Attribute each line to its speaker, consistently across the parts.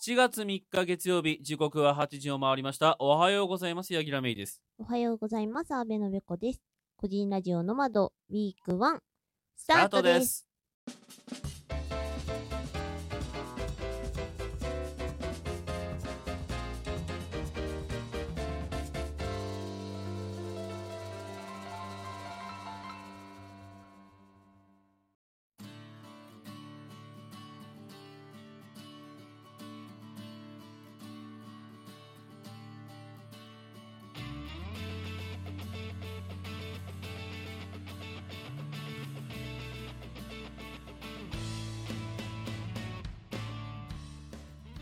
Speaker 1: 7月3日月曜日、時刻は8時を回りました。おはようございます。柳楽芽衣です。
Speaker 2: おはようございます。安倍のべこです。個人ラジオの窓、ウィーク1、ス
Speaker 1: ス
Speaker 2: タートです。
Speaker 1: す。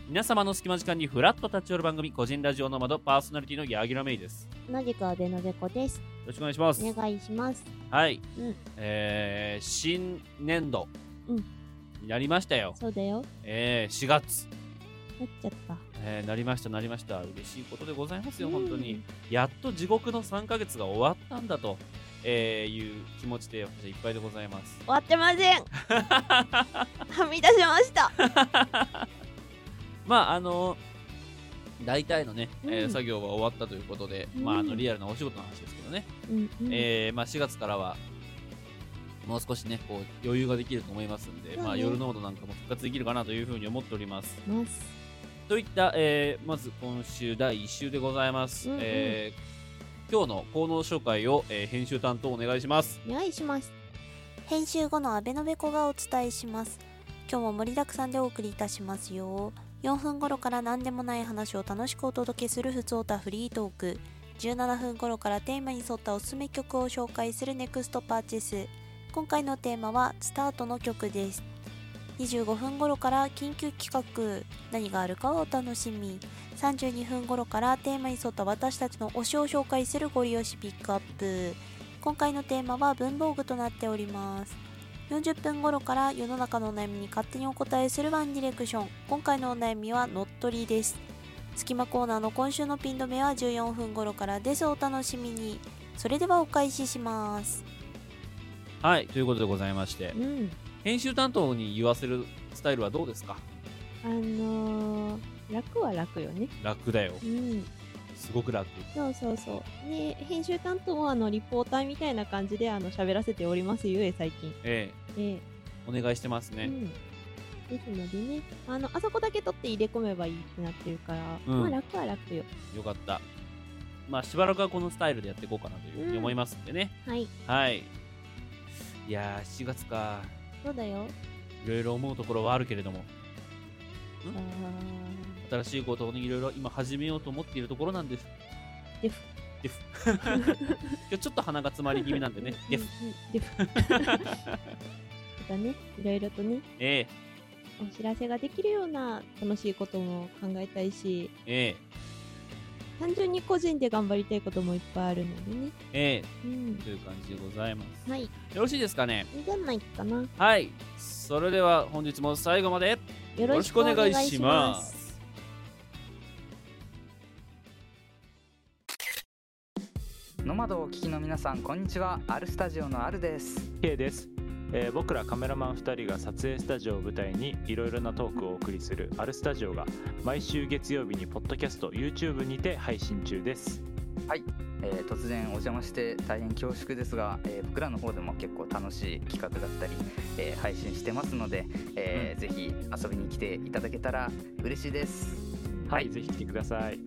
Speaker 1: 皆様の隙間時間にフラッと立ち寄る番組、個人ラジオの窓、パーソナリティの柳楽芽衣です。よ
Speaker 2: 同じく安倍のべこです。
Speaker 1: ろしくお願いします。
Speaker 2: お願いします。
Speaker 1: はい。
Speaker 2: うん
Speaker 1: えー、新年度
Speaker 2: うん
Speaker 1: になりましたよ。
Speaker 2: そうだよ。
Speaker 1: えー、4月、
Speaker 2: なっちゃった。
Speaker 1: えーなりました、なりました。嬉しいことでございますよ、
Speaker 2: うん
Speaker 1: 本当に。やっと地獄の3ヶ月が終わったんだと、えーいう気持ちで私はいっぱいでございます。
Speaker 2: 終わってません はみ出しました
Speaker 1: まあ、あの大体のね、えー
Speaker 2: うん
Speaker 1: 作業は終わったということで、
Speaker 2: うん
Speaker 1: まあ、あのリアルなお仕事の話ですけどね、
Speaker 2: うん、うん
Speaker 1: えーまあ、4月からはもう少しねこう余裕ができると思いますんで、
Speaker 2: そうね
Speaker 1: まあ、夜濃度なんかも復活できるかなというふうに思っております。
Speaker 2: ます。
Speaker 1: といった、えーまず今週第1週でございます。
Speaker 2: うんうん
Speaker 1: えー今日の効能紹介を、えー編集担当お願いします。
Speaker 2: お願いします。
Speaker 3: 編集後の安倍のべこがお伝えします今日も盛りだくさんでお送りいたしますよ4分頃から何でもない話を楽しくお届けするふつおたフリートーク17分頃からテーマに沿ったおすすめ曲を紹介するネクストパーチェス今回のテーマはスタートの曲です25分頃から緊急企画何があるかをお楽しみ32分頃からテーマに沿った私たちの推しを紹介するご利用しピックアップ今回のテーマは文房具となっております40分頃から世の中のお悩みに勝手にお答えするワンディレクション今回のお悩みは乗っ取りです隙間コーナーの今週のピン止めは14分頃からですお楽しみにそれではお返しします
Speaker 1: はい、ということでございまして
Speaker 2: う、ん。
Speaker 1: 編集担当に言わせるスタイルはどうですか
Speaker 2: あのー、楽は楽よね。
Speaker 1: 楽だよ。
Speaker 2: うん。
Speaker 1: すごく楽。
Speaker 2: そうそうそう。ね、編集担当は、あの、リポーターみたいな感じで、あの、喋らせておりますゆえ、最近。
Speaker 1: え
Speaker 2: え
Speaker 1: えお願いしてますね。
Speaker 2: えうん。ですのでね、あの、あそこだけ取って入れ込めばいいってなってるから、
Speaker 1: うん
Speaker 2: まあ、楽は楽よ。
Speaker 1: よかった。まあ、しばらくはこのスタイルでやっていこうかなというふうに思いますんでね。
Speaker 2: はい。
Speaker 1: はい。いやー、7月か。
Speaker 2: そうだよ。
Speaker 1: いろいろ思うところはあるけれども、
Speaker 2: あ
Speaker 1: 新しいことをね、いろいろ今始めようと思っているところなんです。
Speaker 2: デフ。
Speaker 1: デフ。 今日ちょっと鼻が詰まり気味なんでね。デフ。。
Speaker 2: デフ。だね、いろいろとね、
Speaker 1: え
Speaker 2: お知らせができるような楽しいことも考えたいし、
Speaker 1: ええ
Speaker 2: 単純に個人で頑張りたいこともいっぱいあるのでね。
Speaker 1: ええ
Speaker 2: うん
Speaker 1: え。という感じでございます。
Speaker 2: はい。い
Speaker 1: よろしいですかね
Speaker 2: いんじゃないかな。
Speaker 1: はい。それでは本日も最後まで
Speaker 2: よ
Speaker 1: よろ
Speaker 2: ろ
Speaker 1: し
Speaker 2: し
Speaker 1: く
Speaker 2: く
Speaker 1: お
Speaker 2: お
Speaker 1: 願
Speaker 2: 願
Speaker 1: い
Speaker 2: い
Speaker 1: し
Speaker 2: し
Speaker 1: ま
Speaker 2: ますす。
Speaker 4: ノマドをお聞きの皆さんこんにちはアルスタジオのアルです
Speaker 5: K です、えー僕らカメラマン2人が撮影スタジオを舞台にいろいろなトークをお送りするアルスタジオが毎週月曜日にポッドキャスト YouTube にて配信中です
Speaker 4: えー突然お邪魔して大変恐縮ですが、えー僕らの方でも結構楽しい企画だったり、えー配信してますので、えーぜひ遊びに来ていただけたら嬉しいです
Speaker 5: はい、ぜひ来てください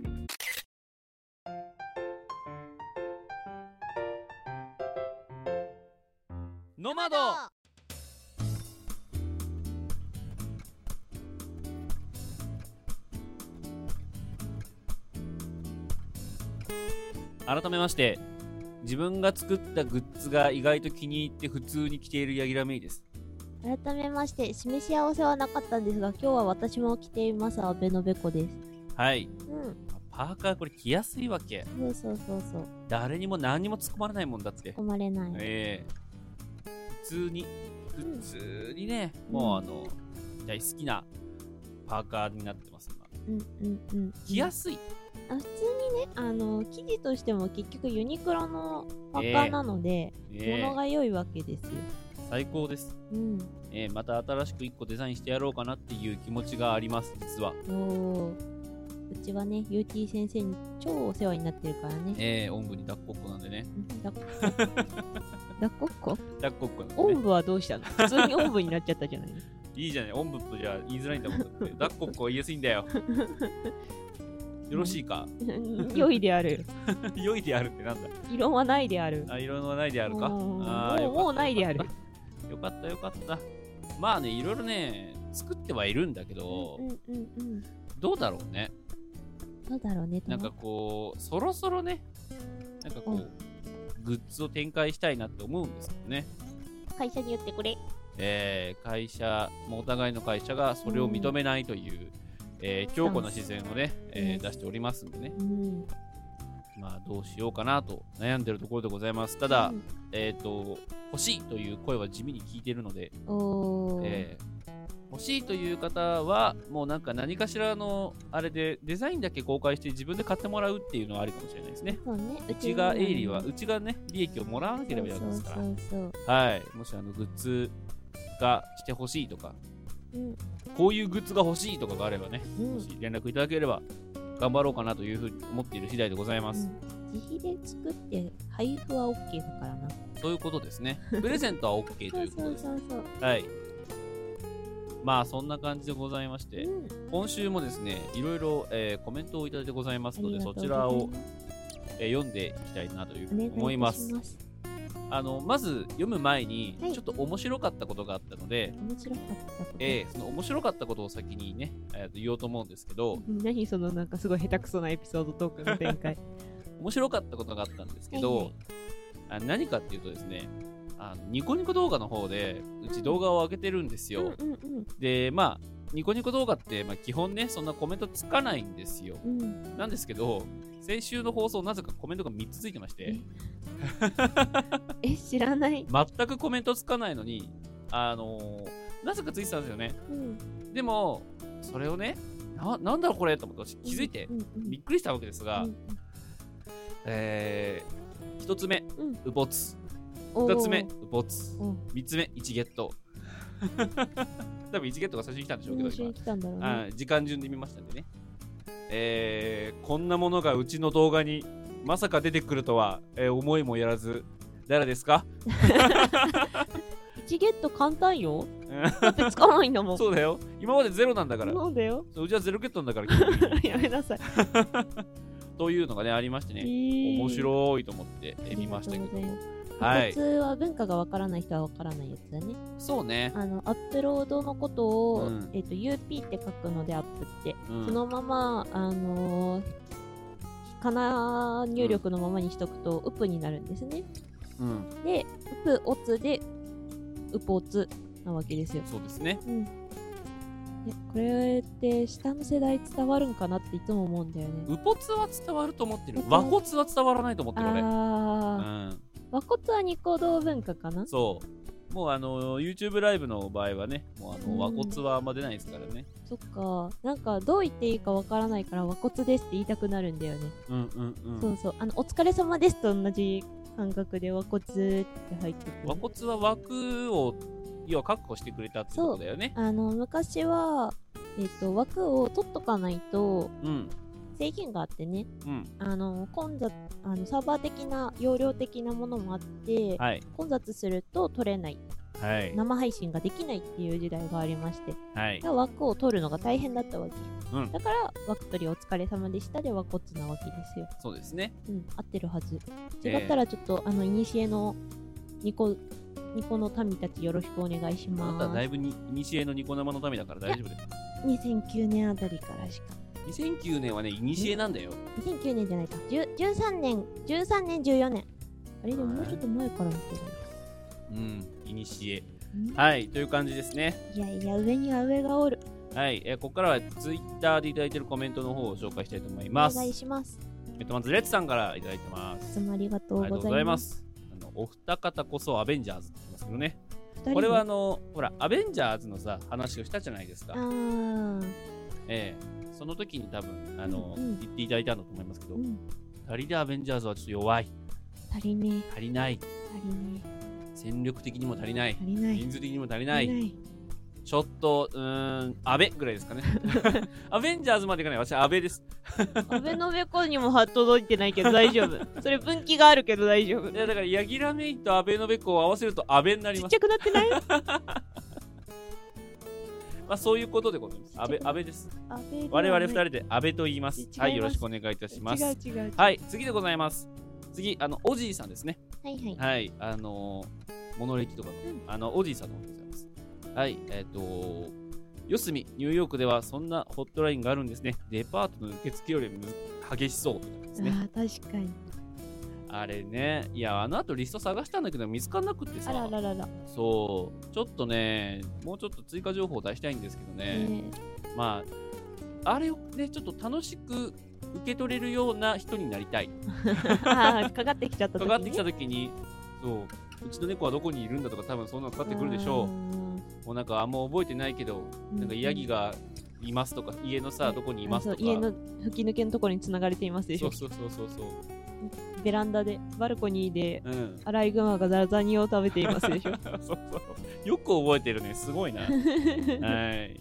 Speaker 1: ノマド改めまして、自分が作ったグッズが意外と気に入って普通に着ている柳楽芽衣です。
Speaker 2: 改めまして、示し合わせはなかったんですが、今日は私も着ています、安倍のべこです。
Speaker 1: はい。
Speaker 2: うん。
Speaker 1: パーカーこれ着やすいわけ。
Speaker 2: そうそうそうそう。
Speaker 1: 誰にも何にも突っ込まれないもんだって。
Speaker 2: 生まれない。
Speaker 1: ええ普通に、
Speaker 2: う
Speaker 1: 普
Speaker 2: ん
Speaker 1: 通にね、
Speaker 2: ん
Speaker 1: もうあの、大好きなパーカーになってます、今。
Speaker 2: うんうんうん。
Speaker 1: 着やすい。
Speaker 2: あ普通にね、あの、生地としても結局ユニクロのパッカーなので、
Speaker 1: ええ
Speaker 2: 物が良いわけですよ。
Speaker 1: 最高です、
Speaker 2: うん。
Speaker 1: えーまた新しく1個デザインしてやろうかなっていう気持ちがあります実は、
Speaker 2: おーうちはね、UT 先生に超お世話になってるからね。
Speaker 1: えー、おんぶに抱っこっこなんでね
Speaker 2: だっこだっこっこ
Speaker 1: 抱っこっこなん
Speaker 2: お
Speaker 1: で
Speaker 2: ん
Speaker 1: ね
Speaker 2: ぶはどうしたの普通におんぶになっちゃったじゃない
Speaker 1: いいじゃないおんぶとじゃあ言いづらいんだもんだって抱っこっこは言いやすいんだよよろしいか
Speaker 2: 良いである。
Speaker 1: 良いであるってなんだ
Speaker 2: 異論はないである。
Speaker 1: あいろんなないであるか
Speaker 2: うん
Speaker 1: あーよか
Speaker 2: もう
Speaker 1: った
Speaker 2: もうないである
Speaker 1: よかったよかったまあねいろいろね作ってはいるんだけど、
Speaker 2: うんうんうん。
Speaker 1: どうだろうね
Speaker 2: どうだろうね。
Speaker 1: なんかこうそろそろねなんかこ
Speaker 2: う
Speaker 1: うグッズを展開したいなって思うんですけどね
Speaker 2: 会社によってこれ。
Speaker 1: えー会社、もうお互いの会社がそれを認めないという、えー強固な視線をね、えー出しておりますんでね、
Speaker 2: うん。
Speaker 1: まあどうしようかなと悩んでるところでございます。ただ、
Speaker 2: うん
Speaker 1: えっ、と、欲しいという声は地味に聞いてるので、
Speaker 2: おー。
Speaker 1: えー欲しいという方は、もうなんか何かしらの、あれでデザインだけ公開して自分で買ってもらうっていうのはありかもしれないですね。
Speaker 2: そうね。
Speaker 1: うちが、エイリーは、うちがね、利益をもらわなければいけないですから。
Speaker 2: そうそうそう
Speaker 1: はい、もしあのグッズがしてほしいとか、
Speaker 2: うん
Speaker 1: こういうグッズが欲しいとかがあればね、
Speaker 2: そう。うん
Speaker 1: もし連絡いただければ頑張ろうかなというふうに思っている次第でございます。
Speaker 2: うん自費で作って配布は OK だからな。
Speaker 1: そういうことです ね。プレゼントは OK と
Speaker 2: そ
Speaker 1: いううこと
Speaker 2: そ
Speaker 1: で
Speaker 2: う
Speaker 1: す。
Speaker 2: そうそう。
Speaker 1: はい。まあそんな感じでございまして、
Speaker 2: うん
Speaker 1: 今週もですね、いろいろ、えーコメントをいただいてございますので、そ
Speaker 2: あ
Speaker 1: ち
Speaker 2: りが
Speaker 1: ら
Speaker 2: とう
Speaker 1: を
Speaker 2: ございます、
Speaker 1: えー読んでいきたいなというふう
Speaker 2: お願
Speaker 1: に
Speaker 2: い
Speaker 1: 思います
Speaker 2: たし。ます。
Speaker 1: あのまず読む前に、
Speaker 2: はい
Speaker 1: ちょっと面白かったことがあったので、
Speaker 2: 面白かったこと。
Speaker 1: えーその面白かったことを先にね、えーと言おうと思うんですけど、
Speaker 2: 何そのなんかすごい下手くそなエピソードトークの展開。
Speaker 1: 面白かったことがあったんですけ
Speaker 2: はいは
Speaker 1: ど
Speaker 2: い、
Speaker 1: あ何かっていうとですね、あのニコニコ動画の方で、うち動画を上げてるんです
Speaker 2: うん
Speaker 1: よ。
Speaker 2: うん
Speaker 1: で、まあ、ニコニコ動画って、まあ、基本ね、そんなコメントつかないんですよ。
Speaker 2: うん。うん。
Speaker 1: なんですけど、先週の放送、なぜかコメントが3つついてまして、
Speaker 2: え、知らない。
Speaker 1: 全くコメントつかないのに、あのーなぜかついてたんですよね。
Speaker 2: うん。
Speaker 1: でも、それをね、ななんだろうこれと思って私気づいて
Speaker 2: う、んうん
Speaker 1: びっくりしたわけですが、えー、1つ目、
Speaker 2: うん
Speaker 1: ウボツ。
Speaker 2: うん
Speaker 1: 2つ目、ウボツ。
Speaker 2: おー
Speaker 1: 3つ目、1ゲット。 多分1ゲットが最初に来たんでしょうけ
Speaker 2: う
Speaker 1: ど、
Speaker 2: ん一緒
Speaker 1: 今
Speaker 2: に。来たんだろう
Speaker 1: あ
Speaker 2: ね。
Speaker 1: ー時間順で見ましたんでね。えー、こんなものがうちの動画にまさか出てくるとは、えー思いもやらず、誰ですか
Speaker 2: 1ゲット簡 単よ。
Speaker 1: うん
Speaker 2: だってつかないんだもん。
Speaker 1: そうだよ。今までゼロなんだから。
Speaker 2: そうだよ。。
Speaker 1: そううちはゼロゲットなんだから基本的に
Speaker 2: やめなさい。
Speaker 1: というのがね、ありましてね。面
Speaker 2: 面
Speaker 1: 白いと思ってえー見ましたけど。はい
Speaker 2: 普通は文化がわからない人はわからないやつだね。
Speaker 1: そうね。
Speaker 2: あのアップロードのことを、
Speaker 1: うん
Speaker 2: えっと UP って書くのでアップって、
Speaker 1: うん
Speaker 2: そのままあのーかな入力のままにしとくと、ウプになるんですね。
Speaker 1: うん。
Speaker 2: で、ウプオツでウポツなわけですよ。
Speaker 1: そうですね。
Speaker 2: うん。でこれって下の世代伝わるんかなっていつも思うんだよね。
Speaker 1: ウポツは伝わると思ってる
Speaker 2: ウ。ポ
Speaker 1: 和骨は伝わらないと思ってる、俺。う
Speaker 2: ああ、
Speaker 1: ん。
Speaker 2: 和骨はニコ動文化かな。
Speaker 1: そう。もうあの YouTube ライブの場合はね、もうあ
Speaker 2: うん
Speaker 1: の和骨はあんま出ないですからね。
Speaker 2: そっか、なんかどう言っていいかわからないから和骨ですって言いたくなるんだよね。
Speaker 1: うんうんう
Speaker 2: そ
Speaker 1: ん。
Speaker 2: うそう、あのお疲れ様ですと同じ感覚で和骨って入ってく
Speaker 1: 和
Speaker 2: る。
Speaker 1: 骨は枠を要は確保してくれたってことだよね。
Speaker 2: あの昔は、えっと枠を取っとかないと
Speaker 1: うん
Speaker 2: 制限があってね、
Speaker 1: うん
Speaker 2: あの混雑あのサーバー的な容量的なものもあって、
Speaker 1: はい
Speaker 2: 混雑すると取れない、
Speaker 1: はい
Speaker 2: 生配信ができないっていう時代がありまして、
Speaker 1: はい
Speaker 2: だから枠を取るのが大変だったわけ。
Speaker 1: うん
Speaker 2: だから枠取りお疲れ様でしたで和骨なわけですよ。
Speaker 1: そうですね。
Speaker 2: うん、合ってるはず。
Speaker 1: え
Speaker 2: 違ったらちょっと、あの、いにしえのニコ、ニコの民たちよろしくお願いし
Speaker 1: あなたは
Speaker 2: ま
Speaker 1: だ
Speaker 2: す。
Speaker 1: いぶに西のニコ生のためだから大丈夫だよ。
Speaker 2: 2009年あたりからしか。
Speaker 1: 2009年はね西なんだよ。
Speaker 2: 2009年じゃないか。10 13年、13年、14年。あれでももうちょっと前から見て
Speaker 1: うん西
Speaker 2: る。
Speaker 1: はいという感じですね。
Speaker 2: いやいや、上には上がおる。
Speaker 1: はいえーここからは Twitter でいただいてるコメントの方を紹介したいと思い
Speaker 2: お
Speaker 1: ます。
Speaker 2: 願いします。
Speaker 1: えっとまずレッツさんからいただいてま
Speaker 2: い
Speaker 1: す。
Speaker 2: つもありがと
Speaker 1: ありが
Speaker 2: う
Speaker 1: と
Speaker 2: ご
Speaker 1: う
Speaker 2: ざ
Speaker 1: ござ
Speaker 2: い
Speaker 1: いま
Speaker 2: ます。
Speaker 1: す。あのお二方こそアベンジャーズって言いますけどね。
Speaker 2: 二人
Speaker 1: これはあの、ほら、アベンジャーズのさ、話をしたじゃないです
Speaker 2: あ
Speaker 1: か。
Speaker 2: ー
Speaker 1: ええその時に多分、あの、
Speaker 2: うんうん
Speaker 1: 言っていただいたんだと思いますけど、
Speaker 2: うん
Speaker 1: 二人でアベンジャーズはちょっと弱い、
Speaker 2: 足りね
Speaker 1: 足りない、
Speaker 2: え、足りね
Speaker 1: 世戦力的にも足りない
Speaker 2: 足りない
Speaker 1: 人数的にも足り
Speaker 2: 足
Speaker 1: ない
Speaker 2: りない
Speaker 1: ちょっとうーん安倍ぐらいですかね アベンジャーズまでいかない私安倍です
Speaker 2: アベノベコにもは届いてないけど大丈夫それ分岐があるけど大丈夫
Speaker 1: いやだからヤギラメイとアベノベコを合わせると安倍になり
Speaker 2: ちっ
Speaker 1: ま
Speaker 2: ち
Speaker 1: す
Speaker 2: ゃくなってない
Speaker 1: まあそういうことでございます安倍安倍です
Speaker 2: アベではない
Speaker 1: 我々二人で安倍と言います
Speaker 2: 違います
Speaker 1: はいよろしくお願いいたします
Speaker 2: 違う違う違う
Speaker 1: はい次でございます次あのおじいさんですね
Speaker 2: はいはい
Speaker 1: はい、あのー、モノレキとかの、あの、おじいさんの方でございます。はい、えっ、と四隅、ニューヨークではそんなホットラインがあるんですね。デパートの受付よりむ激しそうって感じですね。
Speaker 2: あー確かに
Speaker 1: あれね、いや、あの後リスト探したんだけど見つからなくって
Speaker 2: あ
Speaker 1: さ、
Speaker 2: らららら、
Speaker 1: そう、ちょっとね、もうちょっと追加情報を出したいんですけどね、
Speaker 2: ね
Speaker 1: まあ、あれをね、ちょっと楽しく受け取れるような人になりたい。
Speaker 2: あーかかってきちゃった時、
Speaker 1: かかっ
Speaker 2: ね、
Speaker 1: てきた時に、そう、うちの猫はどこにいるんだとか、多分そんなのかかってくるでしょう。もうなんかあんま覚えてないけど、
Speaker 2: う
Speaker 1: なんかヤギがいますとか、家のさ、どこにいますと
Speaker 2: あ
Speaker 1: か。
Speaker 2: そう家の吹き抜けのところに繋がれていますでし
Speaker 1: そ
Speaker 2: ょ
Speaker 1: うそうそうそうそう。
Speaker 2: ベランダでバルコニーで
Speaker 1: うん。
Speaker 2: アライグマがラザニアを食べていますでしょ
Speaker 1: そうそう。よく覚えてるね。すごいな。 はい。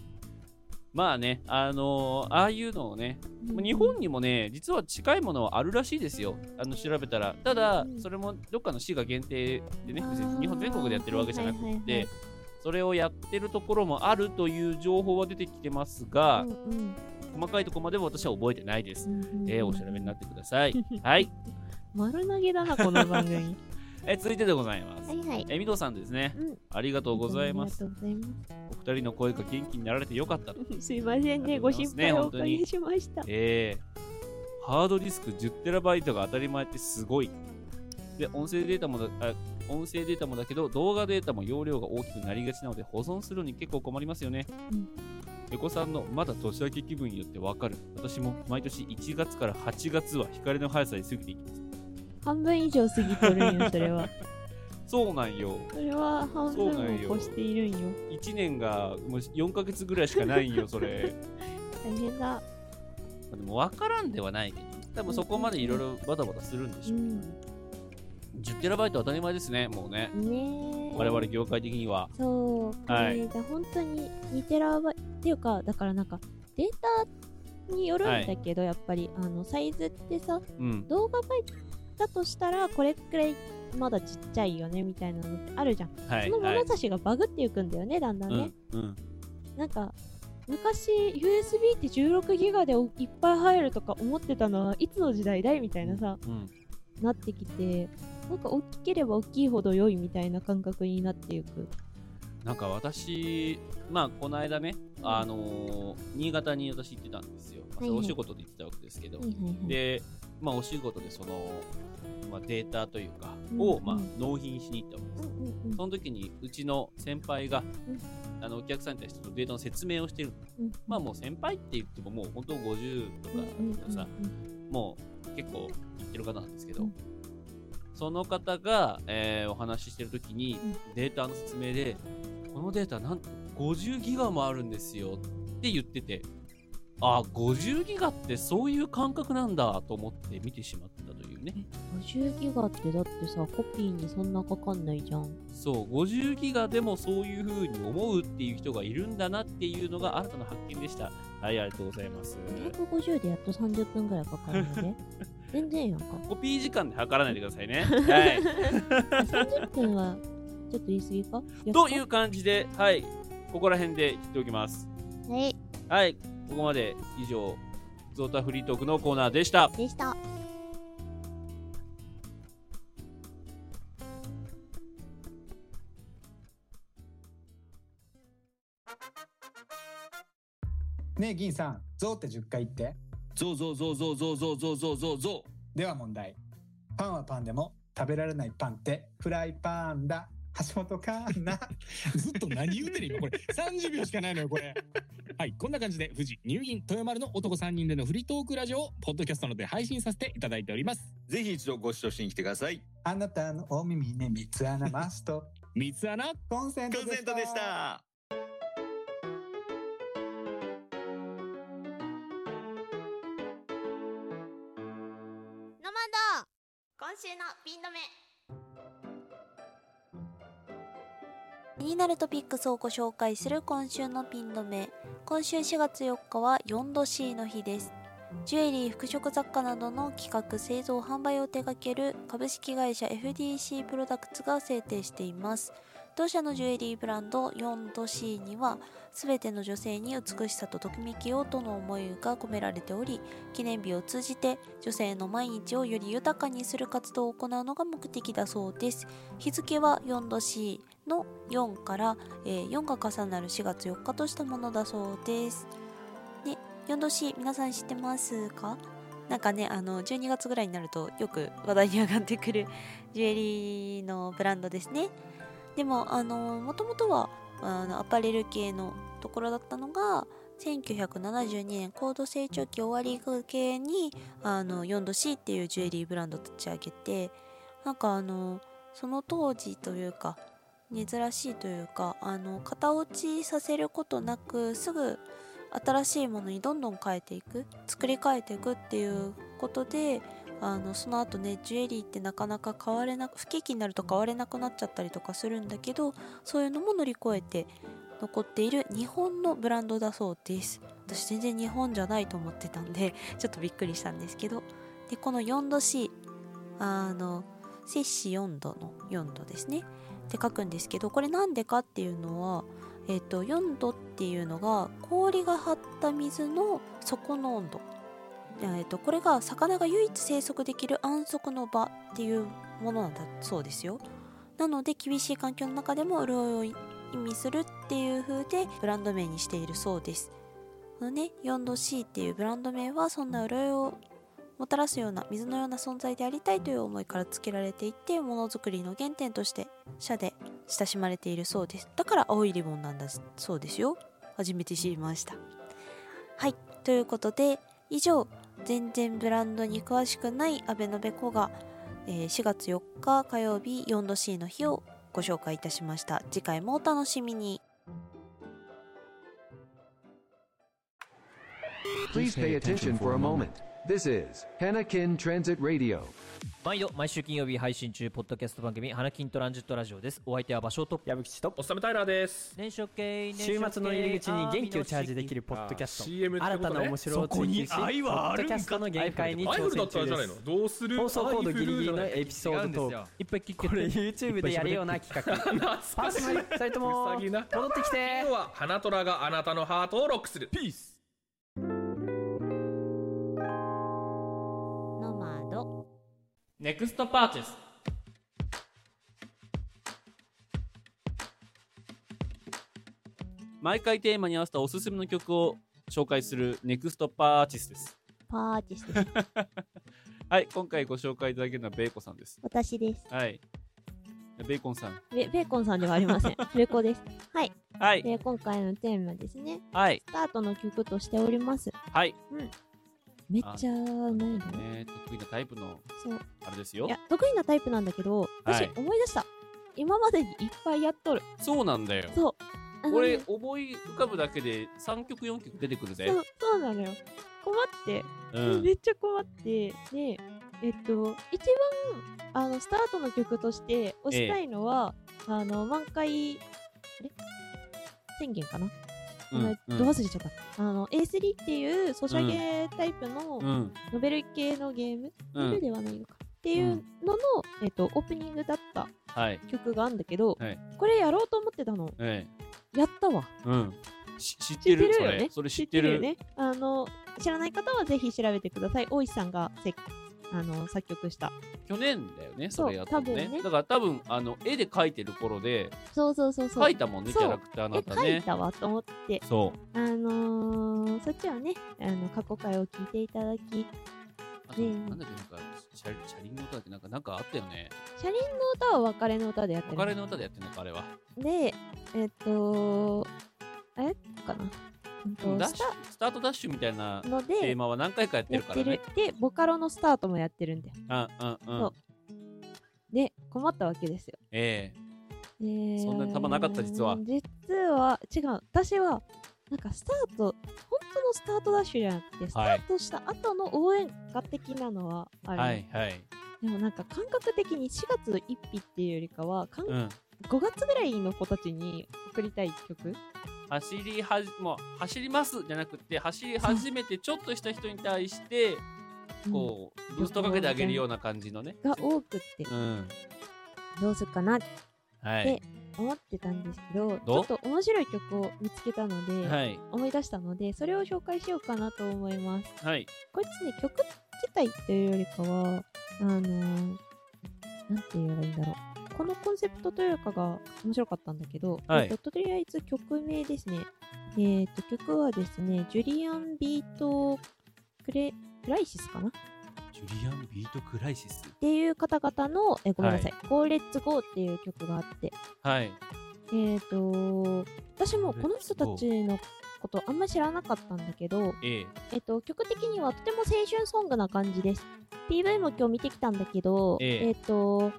Speaker 1: まあね、あのーああいうのをね、日本にもね、実は近いものはあるらしいですよ。あの、調べたら。ただ、それもどっかの市が限定でね、別に日本全国でやってるわけじゃなく
Speaker 2: く
Speaker 1: て、それをやってるところもあるという情報は出てきてますが、細かいところまでは私は覚えてないです。えーお調べになってください。 はい。
Speaker 2: 丸投げだなこの番組
Speaker 1: えー続いてでございます。
Speaker 2: い はい
Speaker 1: えーみどさんですね。
Speaker 2: うん
Speaker 1: ありがとうございます。
Speaker 2: ありがとうございま
Speaker 1: お二人の声が元気になられてよかったと。
Speaker 2: すすいませんね
Speaker 1: ありがとう
Speaker 2: ご
Speaker 1: ございま
Speaker 2: 心
Speaker 1: すね
Speaker 2: 配をおかけしました、
Speaker 1: えーハードディスク 10TB が当たり前ってすごい。で、音声データもだ、あ音声データもだけど、動画データも容量が大きくなりがちなので、保存するのに結構困りますよね。
Speaker 2: うん
Speaker 1: 横さんのまだ年明け気分によってわかる。私も毎年1月から8月は光の速さに過ぎていきます。
Speaker 2: 半分以上過ぎとるんよそれ は
Speaker 1: そうなんよ。
Speaker 2: それは半分
Speaker 1: そうなんよ
Speaker 2: を越しているんよ
Speaker 1: 1年がもう4ヶ月ぐらいしかないんよ、そ れ。
Speaker 2: 大変だ
Speaker 1: まあでも分からんではないけど、多分そこまでいろいろバタバタするんでし
Speaker 2: う
Speaker 1: ょう。
Speaker 2: ん
Speaker 1: 10テラバイト当たり前ですね、もうね。
Speaker 2: ねえ
Speaker 1: 我々業界的には。
Speaker 2: そう、こ
Speaker 1: はい
Speaker 2: れが本当に2テラバイっていうかだからなんかデータによるんだけど、やっぱりあのサイズってさ
Speaker 1: うん。
Speaker 2: 動画バイトだとしたらこれくらいまだちっちゃいよねみたいなのってあるじゃん、
Speaker 1: はい。
Speaker 2: その
Speaker 1: はい
Speaker 2: 物差しがバグっていくんだよねだんだんね、
Speaker 1: うん。うん。
Speaker 2: なんか昔 USB って16ギガでいっぱい入るとか思ってたのはいつの時代だいみたいなさ
Speaker 1: うん。
Speaker 2: なってきてなんか大きければ大きいほど良いみたいな感覚になっていく
Speaker 1: なんか私、まあ、この間ね、あのー新潟に私行ってたんですよ。まあ
Speaker 2: はいはい
Speaker 1: お仕事で行ってたわけですけど。
Speaker 2: はいはいはい
Speaker 1: で、まあ、お仕事でその、まあ、データというか、
Speaker 2: うん
Speaker 1: を、まあ
Speaker 2: うん、
Speaker 1: 納品しに行ったわけです。
Speaker 2: うんうんうん
Speaker 1: その時に、うちの先輩が、
Speaker 2: うん
Speaker 1: あの、お客さんに対してデータの説明をしてる
Speaker 2: うん
Speaker 1: まあもう先輩って言ってももう本当50とかのさ、もう結構言ってる方なんですけど、
Speaker 2: うん
Speaker 1: その方が、えーお話ししてる時に
Speaker 2: うん
Speaker 1: データの説明で、このデータなんと50ギガもあるんですよって言ってて、あー、50ギガってそういう感覚なんだと思って見てしまったというね。
Speaker 2: 50ギガってだってさコピーにそんなかかんないじゃん
Speaker 1: そう、50ギガでもそういう風に思うっていう人がいるんだなっていうのが新たな発見でした。はい、ありがとうございます。
Speaker 2: 250でやっと30分ぐらいかかるので 全然やんか
Speaker 1: コピー時間で測らないでくださ いね。はい。
Speaker 2: あ30分はちょっと言い過 ぎか
Speaker 1: という感じで、はい、ここら辺で切っておきます。
Speaker 3: はい
Speaker 1: はい、ここまで以上、ゾータフリートークのコーナーでした。
Speaker 3: でした
Speaker 6: ねえ銀さん「ゾウ」って10回言って
Speaker 7: ゾウゾウゾウゾウゾウゾウゾウゾウゾウゾ
Speaker 6: では問題パンはパンでも食べられないパンってフライパンだ橋本環 奈
Speaker 7: ウずっと何言うてる今これ30秒しかないのよこれはいこんな感じで富士入銀豊丸の男3人でのフリートークラジオをポッドキャストので配信させていただいております
Speaker 8: ぜひ一度ご視聴しに来てください。
Speaker 6: あなたのお耳ね三つ穴マスト
Speaker 7: 三つ穴
Speaker 6: コンセン
Speaker 8: コ
Speaker 6: ト
Speaker 8: ンセントでした。
Speaker 3: ノマド今週のピン止め
Speaker 2: になるトピックスをご紹介する今週のピン止め今週4月4日は 4°C の日ですジュエリー服飾雑貨などの企画製造販売を手掛ける株式会社 FDC プロダクツが制定しています同社のジュエリーブランド 4°C には全ての女性に美しさとときめきをとの思いが込められており記念日を通じて女性の毎日をより豊かにする活動を行うのが目的だそうです日付は 4°C の4から、えー4が重なる4月4日としたものだそうですで 4°C 皆さん知ってますかなんかねあの12月ぐらいになるとよく話題に上がってくる ジュエリーのブランドですねでもあのもともとはあのアパレル系のところだったのが1972年高度成長期終わり系にあの 4°C っていうジュエリーブランドを立ち上げてなんかあのその当時というか珍しいというかあの型落ちさせることなくすぐ新しいものにどんどん変えていく作り変えていくっていうことであのその後ねジュエリーってなかなか変われな不景気になると変われなくなっちゃったりとかするんだけどそういうのも乗り越えて残っている日本のブランドだそうです私全然日本じゃないと思ってたんでちょっとびっくりしたんですけどでこの 4°C あの摂氏4度の4度ですねって書くんですけどこれなんでかっていうのは、えっと4度っていうのが氷が張った水の底の温度、えっとこれが魚が唯一生息できる安息の場っていうものなんだそうですよなので厳しい環境の中でも潤いを意味するっていう風でブランド名にしているそうですこのね 4°C っていうブランド名はそんな潤いをもたらすような水のような存在でありたいという思いからつけられていてものづくりの原点として社で親しまれているそうですだから青いリボンなんだそうですよ初めて知りましたはいということで以上全然ブランドに詳しくない阿部のべこが、えー4月4日火曜日 4°C の日をご紹介いたしました次回もお楽しみに
Speaker 9: Please pay attention for a moment. This is Hanakin Transit Radio.
Speaker 10: 毎度毎週金曜日配信中ポッドキャスト番組「花金トランジットラジオ」ですお相手は場所と
Speaker 11: 矢吹と
Speaker 12: おっさめタイラーです。
Speaker 10: 年初系
Speaker 11: 週末の入り口に元気をチャージできるポッドキャスト
Speaker 12: CM って
Speaker 11: 新
Speaker 12: こ
Speaker 11: た
Speaker 12: と
Speaker 11: な面
Speaker 12: ね。
Speaker 11: 白を追求し
Speaker 12: そこに愛
Speaker 11: ポ
Speaker 12: はあ
Speaker 11: ッ
Speaker 12: る
Speaker 11: ド
Speaker 12: んか
Speaker 11: キャストの限界に
Speaker 12: アイフ
Speaker 11: 挑
Speaker 12: ルだ
Speaker 11: 戦
Speaker 12: ったら
Speaker 11: 中
Speaker 12: じゃな
Speaker 11: で
Speaker 12: いの
Speaker 11: す
Speaker 12: どうする
Speaker 11: 放送コードギリギ
Speaker 12: アイフルだ
Speaker 11: リの
Speaker 12: ったら
Speaker 11: エピソードトーク
Speaker 10: いっぱい聞け
Speaker 11: これ YouTube でやるよう な企画パーソナリティ2人とも
Speaker 12: うさぎな
Speaker 11: 戻ってきて
Speaker 12: 今日は花虎があなたのハートをロックする。ピース
Speaker 13: ノマド
Speaker 10: ネクストパーチェス
Speaker 1: 毎回テーマに合わせたおすすめの曲を紹介するネクストパーティスです。
Speaker 13: パーティスです
Speaker 1: はい、今回ご紹介いただけるのはベーコンさんです。
Speaker 13: 私です
Speaker 1: はい。ベーコンさん。
Speaker 13: ベベーコンさんではありません ベコですはい
Speaker 1: はい。
Speaker 13: で今回のテーマですね
Speaker 1: はい。
Speaker 13: スタートの曲としております
Speaker 1: はい。
Speaker 13: めっちゃうまいのね
Speaker 1: ね、得意なタイプの、
Speaker 13: そう
Speaker 1: あれですよ
Speaker 13: いや。得意なタイプなんだけど私
Speaker 1: はい
Speaker 13: 思い出した、今までにいっぱいやっとる
Speaker 1: そうなんだよ。
Speaker 13: そうあの
Speaker 1: これ、
Speaker 13: ね
Speaker 1: 思い浮かぶだけで3曲4曲出てくるぜ
Speaker 13: そ。うそうなのよ困って
Speaker 1: うん。
Speaker 13: めっちゃ困って、で、えっと、一番あのスタートの曲として推したいのは、あの満開、あれ宣言かな、
Speaker 1: う
Speaker 13: 名前
Speaker 1: ん。
Speaker 13: ど忘れちゃった。あの A3 っていうソシャゲタイプの
Speaker 1: うん。
Speaker 13: ノベル系のゲーム、
Speaker 1: う
Speaker 13: ノベル
Speaker 1: ん。
Speaker 13: ではないのか。っていうのの、えっと、オープニングだった
Speaker 1: はい。
Speaker 13: 曲があるんだけど、
Speaker 1: はい
Speaker 13: これやろうと思ってたの。
Speaker 1: え
Speaker 13: やったわ。
Speaker 1: え。うん。し知っ
Speaker 13: 知
Speaker 1: て
Speaker 13: って
Speaker 1: る
Speaker 13: る
Speaker 1: そ
Speaker 13: よ
Speaker 1: れ
Speaker 13: ね。
Speaker 1: それ知ってる。
Speaker 13: よね。あの、知らない方はぜひ調べてください。大石さんがせあの作曲した。
Speaker 1: 去年だよね、
Speaker 13: そう
Speaker 1: それやったの
Speaker 13: 多分
Speaker 1: ね。
Speaker 13: ね
Speaker 1: だから多分、あの、絵で描いてる頃で、
Speaker 13: そうそうそうそう。
Speaker 1: 描いたもんね、キ
Speaker 13: そう
Speaker 1: ャラクターあ
Speaker 13: え、
Speaker 1: なた
Speaker 13: 書い
Speaker 1: ね。
Speaker 13: たわと思って、
Speaker 1: そう。
Speaker 13: あのー、そっちはね、あの過去回を聞いていただき、
Speaker 1: あと
Speaker 13: ね
Speaker 1: なんだっけ、なんか、チャリチャリンの歌だっけ、なんか、なんかあったよね。
Speaker 13: 車輪の歌は別れの歌でやって
Speaker 1: お
Speaker 13: る。
Speaker 1: 金の歌でやってんのか、あれは。
Speaker 13: で、えっと、あれかな。うん
Speaker 1: でも
Speaker 13: と
Speaker 1: ダッ
Speaker 13: し
Speaker 1: シュスタートダッシュみたいな
Speaker 13: たの
Speaker 1: テ
Speaker 13: で
Speaker 1: ー、マは何回かやって
Speaker 13: や
Speaker 1: る
Speaker 13: っ
Speaker 1: か
Speaker 13: て
Speaker 1: らね
Speaker 13: る。。で、ボカロのスタートもやってるんだよ。
Speaker 1: うんうんう
Speaker 13: そ
Speaker 1: ん
Speaker 13: う。で、困ったわけですよ。
Speaker 1: え
Speaker 13: ねえ
Speaker 1: そんなに束なかった実は
Speaker 13: 実は違う私はなんかスタート本当のスタートダッシュじゃなくてスタ
Speaker 1: はい
Speaker 13: ートした後の応援歌的なのはあ
Speaker 1: え
Speaker 13: る、
Speaker 1: はいはい。
Speaker 13: でもなんか感覚的に4月1日っていうよりかは、かん
Speaker 1: うん。
Speaker 2: 5月ぐらいの子たちに送りたい曲
Speaker 1: 走りはじ、もう走りますじゃなくて、走り始めてちょっとした人に対して、こう、ブーストかけてあげるような感じのね。
Speaker 2: が多くって、
Speaker 1: うん。
Speaker 2: どうするかなっ
Speaker 1: はい
Speaker 2: て。思ってたんですけど、ち
Speaker 1: ど
Speaker 2: ょ
Speaker 1: う
Speaker 2: っと面白い曲を見つけたので、
Speaker 1: はい
Speaker 2: 思い出したので、それを紹介しようかなと思います。
Speaker 1: はい。
Speaker 2: こいつね、曲自体っていうよりかは、あのーなんて言えばいいんだろう。このコンセプトというかが面白かったんだけど、
Speaker 14: はい
Speaker 2: えっと、とりあえず曲名ですね。えっと、曲はですね、ジュリアン・ビート・クレ、クライシスかなっ
Speaker 1: ジュリアン・ビート・クライシス。
Speaker 2: ていう方々の、えごめんなさい
Speaker 1: は、
Speaker 2: ゴーレッツ・ゴーっていう曲があって、
Speaker 1: はい。
Speaker 2: えっ、と、私もこの人たちのことあんまり知らなかったんだけど、
Speaker 1: ええ。
Speaker 2: えっと、曲的にはとても青春ソングな感じです。PV も今日見てきたんだけど、
Speaker 14: ええ
Speaker 2: っと、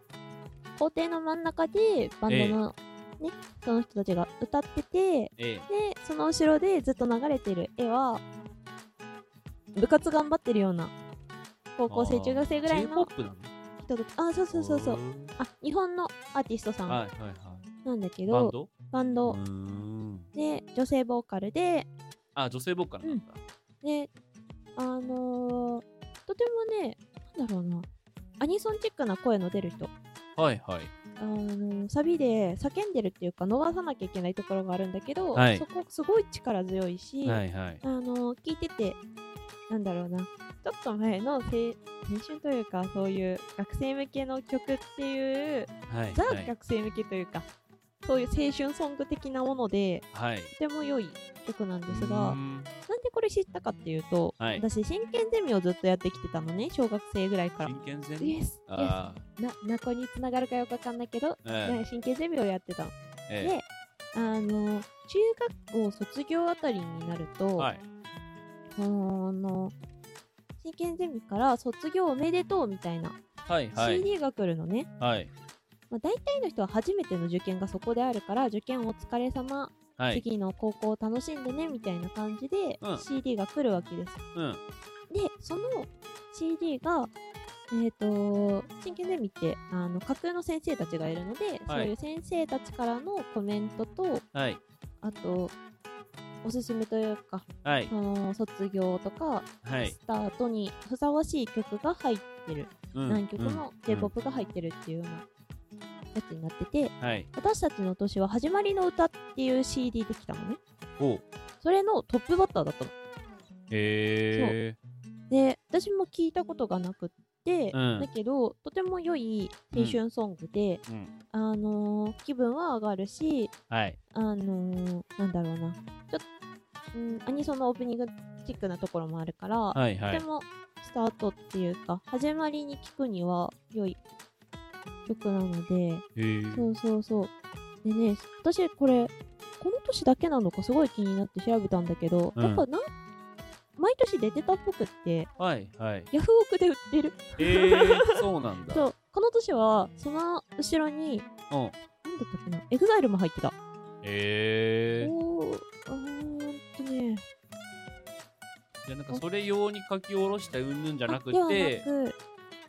Speaker 2: 校庭の真ん中でバンドの、ね、その人たちが歌ってて、
Speaker 14: ええ
Speaker 2: で、その後ろでずっと流れてる絵は、部活頑張ってるような、高校生、中学生ぐらいの
Speaker 1: J-POP なの
Speaker 2: 人たち、あ、そうそうそうそう、あ、日本のアーティストさん
Speaker 1: はいはいはい。
Speaker 2: なんだけ
Speaker 1: バン
Speaker 2: ど、
Speaker 1: ド
Speaker 2: バンド
Speaker 1: うーん。
Speaker 2: で、女性ボーカルで、
Speaker 1: あ、女性ボーカルなんだ。
Speaker 2: で、あのーとてもね、なんだろうな、アニソンチックな声の出る人、
Speaker 1: はいはい。
Speaker 2: あのーサビで叫んでるっていうか、逃さなきゃいけないところがあるんだけど、
Speaker 1: はい
Speaker 2: そこすごい力強いし、
Speaker 1: はいはい
Speaker 2: あのー聞いてて、なんだろうな、ちょっと前の青青春というか、そういう学生向けの曲っていう、
Speaker 1: はい
Speaker 2: ザ
Speaker 1: はい
Speaker 2: 学生向けというか、そういう青春ソング的なもので、
Speaker 1: はい。
Speaker 2: とても良い曲なんですが、なんでこれ知ったかっていうと、
Speaker 1: はい
Speaker 2: 私、真剣ゼミをずっとやってきてたのね、小学生ぐらいから。
Speaker 1: 真剣ゼミ
Speaker 2: ?Yes,
Speaker 1: あ
Speaker 2: yes. な、なこにつながるかよくわかんないけど、
Speaker 1: ええ
Speaker 2: な真剣ゼミをやってたの。
Speaker 1: ええ
Speaker 2: で、あの、中学校卒業あたりになると、
Speaker 1: はい
Speaker 2: その、真剣ゼミから卒業おめでとうみたいな、
Speaker 1: はいはい
Speaker 2: CD が来るのね。
Speaker 1: はい。
Speaker 2: まあ、大体の人は初めての受験がそこであるから受験お疲れ様、
Speaker 1: はい
Speaker 2: 次の高校を楽しんでねみたいな感じで
Speaker 1: うん
Speaker 2: CD が来るわけです、
Speaker 1: うん。
Speaker 2: でその CD がえっ、と真剣ゼミってあの架空の先生たちがいるので、
Speaker 14: はい
Speaker 2: そういう先生たちからのコメントと
Speaker 1: はい。
Speaker 2: あとおすすめというか、
Speaker 1: はい
Speaker 2: その卒業とか、
Speaker 1: はい
Speaker 2: スタートにふさわしい曲が入ってる、
Speaker 1: うん
Speaker 2: 何曲も
Speaker 1: うん
Speaker 2: j p o p が入ってるっていうようなやつになってて、
Speaker 1: はい
Speaker 2: 私たちの年は「始まりの歌」っていう CD できたのね
Speaker 1: おう。
Speaker 2: それのトップバッターだったの
Speaker 1: へえ。
Speaker 2: で私も聞いたことがなくって、
Speaker 1: うん
Speaker 2: だけどとても良い青春ソングで、
Speaker 1: うん。
Speaker 2: あのー気分は上がるし
Speaker 1: はい。
Speaker 2: あのーなんだろうな、ちょっと、うん、アニソンのオープニングチックなところもあるから、
Speaker 14: はいはい
Speaker 2: とてもスタートっていうか、始まりに聞くには良い曲なので、
Speaker 14: へえ
Speaker 2: そうそうそう。でね、私これ、この年だけなのかすごい気になって調べたんだけど、
Speaker 1: うん
Speaker 2: やっぱなん、毎年出てたっぽくって、
Speaker 1: はい はい。
Speaker 2: ヤフオクで売ってる。
Speaker 1: えー、そうなんだ。
Speaker 2: そう、この年は、その後ろに、
Speaker 1: うん。
Speaker 2: なんだったっけな、エグザイルも入ってた。
Speaker 1: えー。
Speaker 2: おー、うーんとね、
Speaker 1: じゃあなんかそれ用に書き下ろした云々じゃなく
Speaker 2: では
Speaker 1: て
Speaker 2: な、く、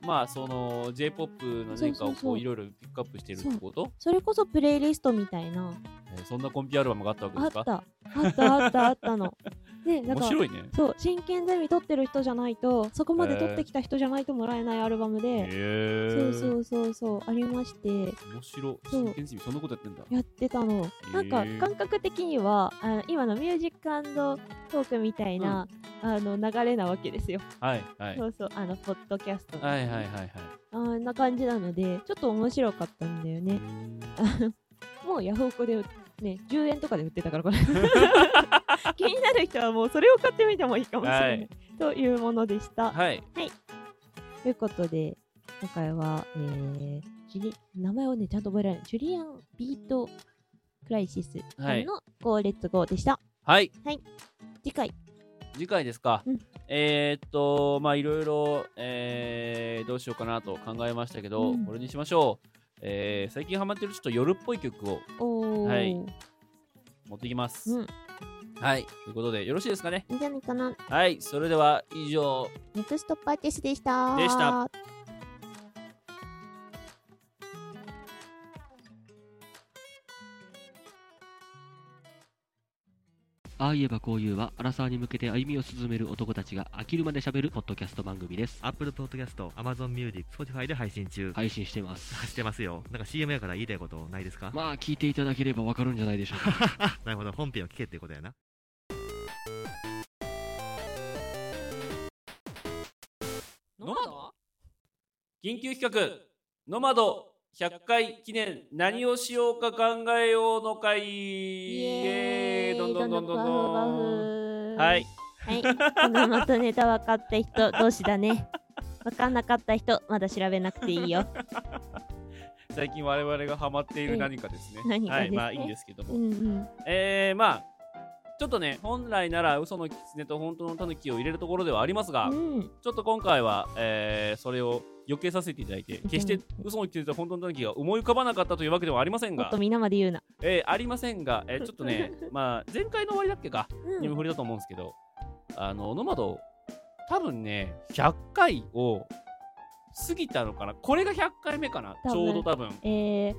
Speaker 1: まあその J-POP の
Speaker 2: そう
Speaker 1: 年
Speaker 2: そ
Speaker 1: 間
Speaker 2: う
Speaker 1: を
Speaker 2: そ
Speaker 1: こ
Speaker 2: う
Speaker 1: ういろいろピックアップしてるってこと
Speaker 2: それこそプレイリストみたいな、
Speaker 1: えーそんなコンピアルバムがあったわけ
Speaker 2: あ
Speaker 1: で
Speaker 2: っ
Speaker 1: すか
Speaker 2: た、あった、あった、あっ たの。で、なんか、
Speaker 1: 面白いね。
Speaker 2: そう、真剣ゼミ取ってる人じゃないと、そこまで取ってきた人じゃないともらえないアルバム
Speaker 1: へ
Speaker 2: で、
Speaker 1: え
Speaker 2: そうそうそうそう、ありまして、
Speaker 1: 面白い。
Speaker 2: そう
Speaker 1: 真剣ゼミそんなことやってんだ。
Speaker 2: やってたの。なんか
Speaker 1: へえ
Speaker 2: 感覚的には、あの今のミュージックトークみたいな、あの流れなわけですよ。
Speaker 1: はいはい。
Speaker 2: そうそう、あの、ポッドキャストの。
Speaker 1: はいはいはいはい。
Speaker 2: あんな感じなので、ちょっと面白かったんだよね。 もうヤフオクで売っね、10円とかで売ってたから、これ。 気になる人はもうそれを買ってみてもいいかもしれない。
Speaker 14: はい
Speaker 2: というものでした。
Speaker 14: はい
Speaker 2: ということで、今回は、えー、ジュリ名前をね、ちゃんと覚えられない。ジュリアン・ビート・クライシスさんのゴーレッツゴーでした。
Speaker 1: はい。
Speaker 2: はい。次回。
Speaker 1: 次回ですか、えーっとまあいろいろ、えーどうしようかなと考えましたけど、
Speaker 2: うん
Speaker 1: これにしましょう、えー最近ハマってるちょっと夜っぽい曲を
Speaker 2: おー。
Speaker 1: はい
Speaker 2: うん。
Speaker 1: 持ってきます、
Speaker 2: い
Speaker 1: はいということでよろしいですかね
Speaker 2: いんじゃないかな。
Speaker 1: はいそれでは以上
Speaker 2: ネクストパーティスでした。
Speaker 1: でした
Speaker 14: ああ言えばこう言うは、アラサーに向けて歩みを進める男たちが飽きるまで喋るポッドキャスト番組です。
Speaker 15: Apple Podcast、Amazon Music、Spotify で配信中。
Speaker 14: 配信してます。
Speaker 15: してますよ。なんか CM やから言いたいことないですか
Speaker 14: まあ、聞いていただければわかるんじゃないでしょうか。
Speaker 15: なるほど、本編を聞けってことやな。
Speaker 1: ノマド緊急企画、ノマド100回記念何をしようか考えようの会イエーイどんどんどんどんどんはい。
Speaker 2: はい、この元ネタ分かった人同士だね。分かんなかった人、まだ調べなくていいよ。
Speaker 1: 最近我々がハマっている何かですね。
Speaker 2: 何が
Speaker 1: は
Speaker 2: で
Speaker 1: い、
Speaker 2: すね
Speaker 1: まあいいんですけども。
Speaker 2: うんうん
Speaker 1: えー、まあ、ちょっとね、本来なら嘘の狐と本当の狸を入れるところではありますが、
Speaker 2: うん
Speaker 1: ちょっと今回は、えーそれを避けさせていただいて、決して嘘の狐と本当の狸が思い浮かばなかったというわけではありません
Speaker 2: もっ
Speaker 1: が
Speaker 2: と、皆まで言うな。
Speaker 1: えーありませんが、えーちょっと ね、まあ、前回の終わりだっけか、
Speaker 2: うん
Speaker 1: にも触れたと思うんですけど、あの、ノマド、多分ね、100回を過ぎたのかな、これが100回目かな、ち
Speaker 2: 多分
Speaker 1: ょうど多分。
Speaker 2: えー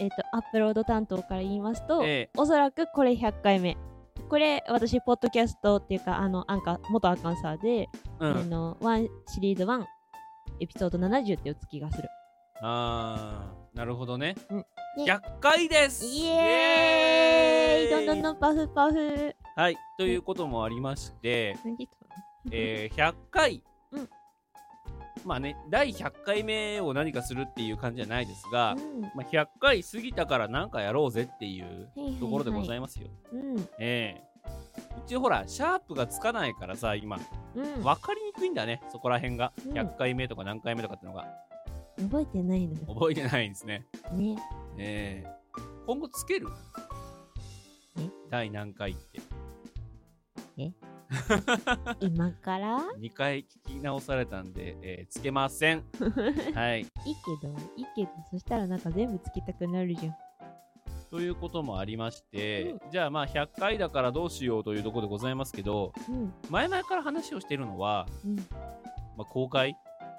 Speaker 2: えっ、と、アップロード担当から言いますと、
Speaker 1: ええ
Speaker 2: おそらくこれ100回目。これ、私、ポッドキャストっていうか、あの、アンカー、元アンカンサーで、
Speaker 1: うん
Speaker 2: あの、ワンシリーズ1、エピソード70って打つ気がする。
Speaker 1: あー、なるほどね。
Speaker 2: で
Speaker 1: 100回です
Speaker 2: イエーイどんどんどんパフパフ。
Speaker 1: はい、ということもありまして、えー100回、
Speaker 2: うん
Speaker 1: まあね、第100回目を何かするっていう感じじゃないですが、
Speaker 2: うん
Speaker 1: まあ、100回過ぎたから何かやろうぜっていう
Speaker 2: はいはい
Speaker 1: ところでございますよ。
Speaker 2: うん。
Speaker 1: ええうちほら、シャープがつかないからさ、今、
Speaker 2: うん
Speaker 1: 分かりにくいんだね、そこら辺が。
Speaker 2: うん
Speaker 1: 100回目とか何回目とかってのが、
Speaker 2: 覚えてないのよ。
Speaker 1: 覚えてないんですね。
Speaker 2: ね。
Speaker 1: ええ今後つける第何回って。
Speaker 2: え今から
Speaker 1: 2回聞き直されたんで、えーつけませ ん。はい。
Speaker 2: いいけど、いいけど、そしたらなんか全部つけたくなるじゃん。
Speaker 1: ということもありまして、じゃあまあ100回だからどうしようというところでございますけど、
Speaker 2: うん
Speaker 1: 前々から話をしているのは、
Speaker 2: うん
Speaker 1: まあ、公開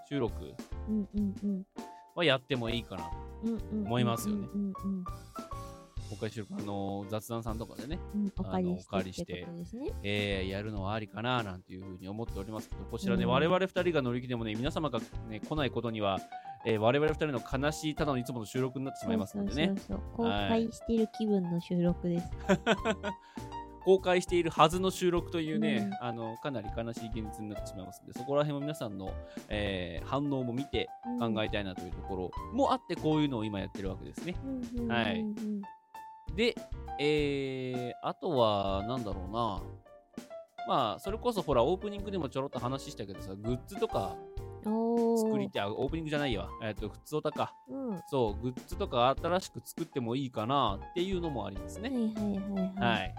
Speaker 1: 収録
Speaker 2: うんうんうん
Speaker 1: はやってもいいかな。
Speaker 2: うんうんうん
Speaker 1: 思いますよね
Speaker 2: うんうん
Speaker 1: 公開収録、あのー雑談さんとかでね、
Speaker 2: うんお
Speaker 1: あ
Speaker 2: 借
Speaker 1: の
Speaker 2: り
Speaker 1: お借り
Speaker 2: し
Speaker 1: して
Speaker 2: って
Speaker 1: て
Speaker 2: ことですね、
Speaker 1: えーやるのはありかななんていうふうに思っておりますけど、こちらね、
Speaker 2: うん
Speaker 1: 我々2人が乗り気でもね、皆様が、ね、来ないことには、えー我々2人の悲しいただのいつもの収録になってしまいますのでね。
Speaker 2: そうそうそう公
Speaker 1: はい
Speaker 2: 開してる気分の収録です。
Speaker 1: 公開しているはずの収録というね、あのかなり悲しい現実になってしまいますので、そこら辺も皆さんの、えー反応も見て
Speaker 2: う
Speaker 1: 考
Speaker 2: ん
Speaker 1: えたいなというところもあって、こういうのを今やってるわけですね。
Speaker 2: うんうん
Speaker 1: はい
Speaker 2: うんうん
Speaker 1: で、えーあとは、なんだろうな、まあ、それこそほら、オープニングでもちょろっと話したけどさ、グッズとか
Speaker 2: おー
Speaker 1: 作りたい、あオープニングじゃないわ、えっ、と、グッズオタか、
Speaker 2: うん
Speaker 1: そう、グッズとか新しく作ってもいいかなっていうのもありますね。
Speaker 2: はいはいはいはい。
Speaker 1: はい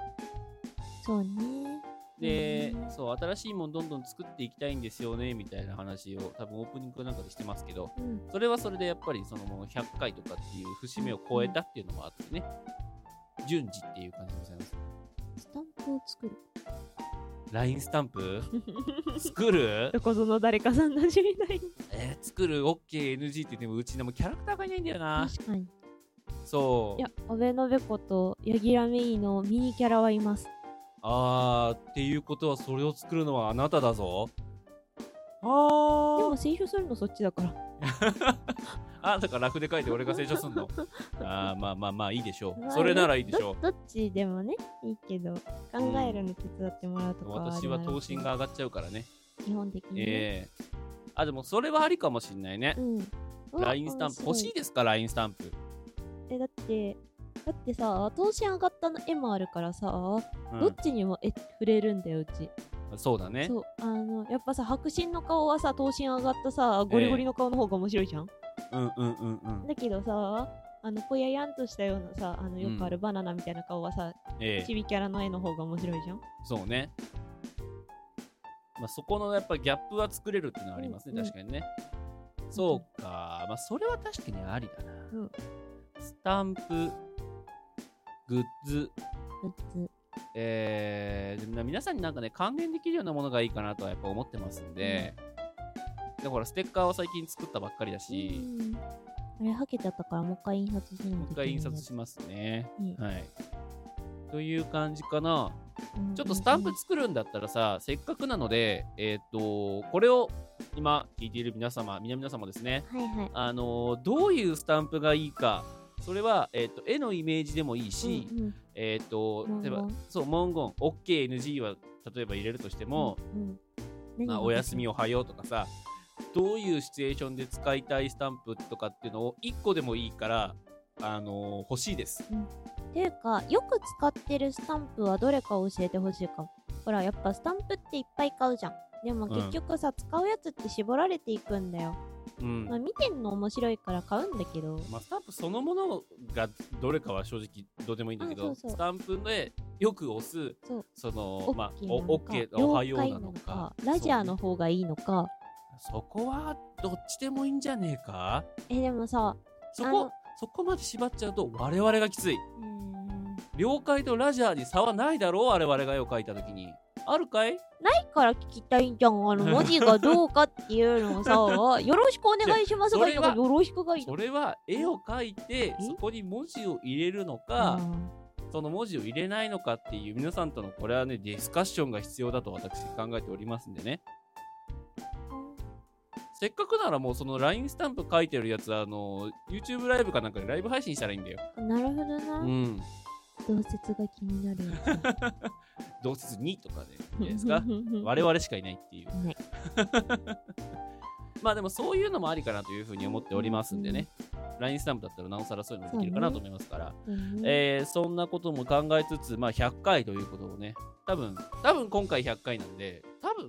Speaker 2: そうね。
Speaker 1: で、そう、新しいものどんどん作っていきたいんですよね、みたいな話を、多分オープニングなんかでしてますけど、
Speaker 2: うん
Speaker 1: それはそれでやっぱり、そのもう100回とかっていう節目を超えたっていうのもあってね、順次っていう感じでございます。
Speaker 2: スタンプを作る。
Speaker 1: LINE スタン プ作る
Speaker 2: どこぞの誰かさんなじみない。
Speaker 1: えー作る OKNG って言っても、うちでもキャラクターがいないんだよな。
Speaker 2: 確かに。
Speaker 1: そ
Speaker 2: いうや。、阿部のべことヤギラメイのミニキャラはいます。
Speaker 1: あー、っていうことは、それを作るのはあなただぞ。あ
Speaker 2: でも清書するのそっちだから。
Speaker 1: あんたが楽で書いて俺が成長すん のあーまあまあまあいいでしょ
Speaker 2: ま
Speaker 1: う。
Speaker 2: あ
Speaker 1: それならいいでしょう
Speaker 2: ど。どっちでもね、いいけど、考えるの手伝ってもらうとかはある
Speaker 1: 私は頭身が上がっちゃうからね。
Speaker 2: 基本的にね。
Speaker 1: ええあ、でもそれはありかもしんないね。
Speaker 2: うん。。
Speaker 1: ラインスタンプ欲しいですすか、ラインスタンプ。
Speaker 2: え、だって、だってさ、頭身上がったの絵もあるからさ、
Speaker 1: うん
Speaker 2: どっちにも絵触れるんだよ、うち。
Speaker 1: そうだね。
Speaker 2: そう、あの、やっぱさ、白真の顔はさ、頭身上がったさ、ゴリゴリの顔の方が面白いじゃん。
Speaker 1: うんうんうんうん。
Speaker 2: だけどさ、あの、ぽややんとしたようなさ、あの、よくある
Speaker 1: うん
Speaker 2: バナナみたいな顔はさ、
Speaker 1: ええ
Speaker 2: ちびキャラの絵の方が面白いじゃん。
Speaker 1: そうね。まあ、そこのやっぱギャップは作れるっていうのはあります
Speaker 2: うん
Speaker 1: ね、
Speaker 2: うん
Speaker 1: 確かにね。そうか。まあ、それは確かにありだな。
Speaker 2: うん。
Speaker 1: スタンプ、グッズ、
Speaker 2: グッズ。
Speaker 1: えー、で皆さんになんかね、還元できるようなものがいいかなとはやっぱ思ってますんで、でほら、ステッカーは最近作ったばっかりだし、も
Speaker 2: うんあれ、はけちゃったから、もう一回印刷しないと
Speaker 1: う
Speaker 2: い
Speaker 1: 一
Speaker 2: けない
Speaker 1: 回
Speaker 2: ん
Speaker 1: 印
Speaker 2: だよ
Speaker 1: 刷しますね。
Speaker 2: うん
Speaker 1: はい。という感じかな。ちょっとスタンプ作るんだったらさ、せっかくなので、えーっと、これを今聞いている皆様、皆々様ですね、
Speaker 2: はいはい
Speaker 1: あのーどういうスタンプがいいか、それは、えーっと、絵のイメージでもいいし、
Speaker 2: うんうん
Speaker 1: えーっと、例えば
Speaker 2: 文言、
Speaker 1: そう、文言、OK、NG は例えば入れるとしても、
Speaker 2: うん
Speaker 1: まあ、おやすみおはようとかさ、どういうシチュエーションで使いたいスタンプとかっていうのを1個でもいいから、あのー欲しいです。
Speaker 2: ていうかよく使ってるスタンプはどれか教えてほしいかもほらやっぱスタンプっていっぱい買うじゃんでも結局さ、使うやつって絞られていくんだよ、
Speaker 1: うん
Speaker 2: まあ、見てんの面白いから買うんだけど
Speaker 1: まあ、スタンプそのものがどれかは正直どうでもいいんだけど
Speaker 2: あそうそう
Speaker 1: スタンプでよく押す
Speaker 2: そう
Speaker 1: その
Speaker 2: オ
Speaker 1: まあ
Speaker 2: ッケーな
Speaker 1: お
Speaker 2: の
Speaker 1: オッケー
Speaker 2: か
Speaker 1: おはよう
Speaker 2: 妖
Speaker 1: な
Speaker 2: 怪
Speaker 1: のか
Speaker 2: ラジャーの方がいいのか
Speaker 1: そこはどっちでもいいんじゃねえか
Speaker 2: えでもさ
Speaker 1: そ
Speaker 2: あの
Speaker 1: こそこまで縛っちゃうと我々がきつい了解とラジャーに差はないだろう我々が絵を描いた時にあるかい
Speaker 2: ないから聞きたいんじゃんあの文字がどうかっていうの をさよろしくお願いしますがいいのか
Speaker 1: それは
Speaker 2: よろしくがいいの
Speaker 1: そ
Speaker 2: か
Speaker 1: れは絵を描いてそこに文字を入れるのかその文字を入れないのかっていう皆さんとのこれはねディスカッションが必要だと私考えておりますんでねせっかくならもうその LINE スタンプ書いてるやつあの YouTube ライブかなんかでライブ配信したらいいんだよ
Speaker 2: なるほどな、
Speaker 1: うん
Speaker 2: 同説が気になるやつ
Speaker 1: 同説2とか でいいんじゃない ですか我々しかいないっていう
Speaker 2: ね
Speaker 1: まあでもそういうのもありかなというふうに思っておりますんでね、LINE スタンプだったらなおさらそういうのもできるかなと思いますから、
Speaker 2: そうねうん
Speaker 1: えーそんなことも考えつつ、まあ、100回ということをね、多分多分今回100回なんで、多分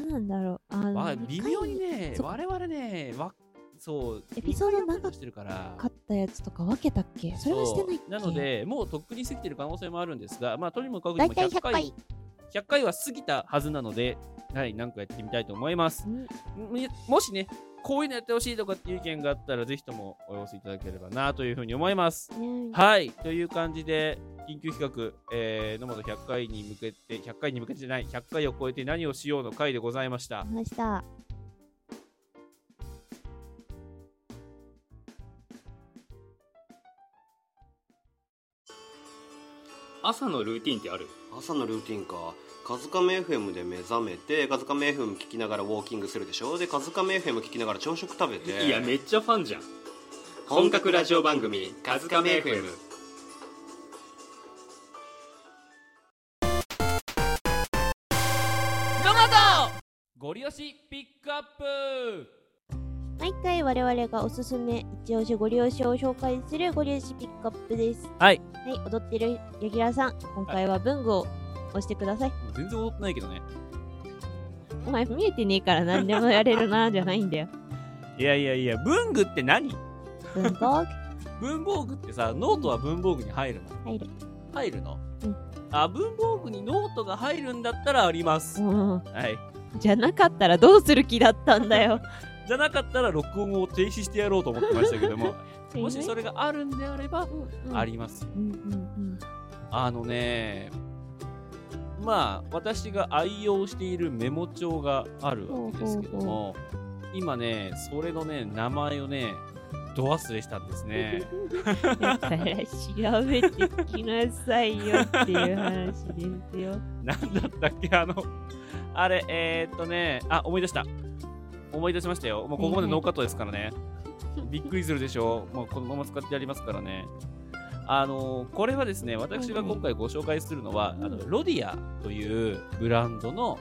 Speaker 2: どうなんだろうあの
Speaker 1: まあ微妙にね、
Speaker 2: そう
Speaker 1: 我々ね、わそう、
Speaker 2: エピソード長か
Speaker 1: してるから、
Speaker 2: ったやつとか分けたっけそれはしてないっ
Speaker 1: そ
Speaker 2: け
Speaker 1: うなので、もうとっくに過ぎてる可能性もあるんですが、まあ、とにもかくに
Speaker 2: 大
Speaker 1: も
Speaker 2: 体
Speaker 1: 100
Speaker 2: 100
Speaker 1: 回
Speaker 2: 回
Speaker 1: 100回は過ぎたはずなので、はい、何個やってみたいと思います。みもしね、こういうのやってほしいとかっていう意見があったら、ぜひともお寄せいただければなというふうに思います。
Speaker 2: ね
Speaker 1: はい、という感じで、緊急企画、えー、野本100回に向けて、100回に向けてじゃない、100回を超えて何をしようの回でございました。
Speaker 2: ました
Speaker 11: 朝のルーティンってある
Speaker 8: 朝のルーティンかカズカメ FM で目覚めてカズカメ FM 聞きながらウォーキングするでしょでカズカメ FM 聞きながら朝食食べて
Speaker 11: いやめっちゃファンじゃん
Speaker 8: 本格ラジオ番組「カズカメ FM」
Speaker 1: 野本ゴリ押しピックアップ
Speaker 2: 毎回我々がおすすめ一押しご利用しを紹介するご利用しピックアップです
Speaker 1: はい
Speaker 2: はい踊ってる柳楽さん今回は文具を押してください
Speaker 1: 全然踊ってないけどね。
Speaker 2: お前見えてねえから何でもやれるなじゃないんだよ
Speaker 1: いやいやいや、文具って何
Speaker 2: 文房
Speaker 1: 文房具ってさ、ノートは文房具に入るの
Speaker 2: 入る。
Speaker 1: 入るの、あ、文房具にノートが入るんだったらあります。はい。
Speaker 2: 具じゃなかったらどうする気だったんだよ
Speaker 1: じゃなかったら録音を停止してやろうと思ってましたけども、 もしそれがあるんであれば、あります。
Speaker 2: うんうん
Speaker 1: あのね、まあ、私が愛用しているメモ帳があるわけですけども、今ね、それのね、名前をね、ど忘れしたんですね。
Speaker 2: うんだから調べてきなさいよっていう話ですよ
Speaker 1: なんだったっけあの、あれ、えー、っとね、あ、思い出した。思い出しましたよ。もうここまでノーカットですからね。びっくりするでしょう。もうこのまま使ってやりますからね。あのーこれはですね、私が今回ご紹介するのは、あのロディアというブランドの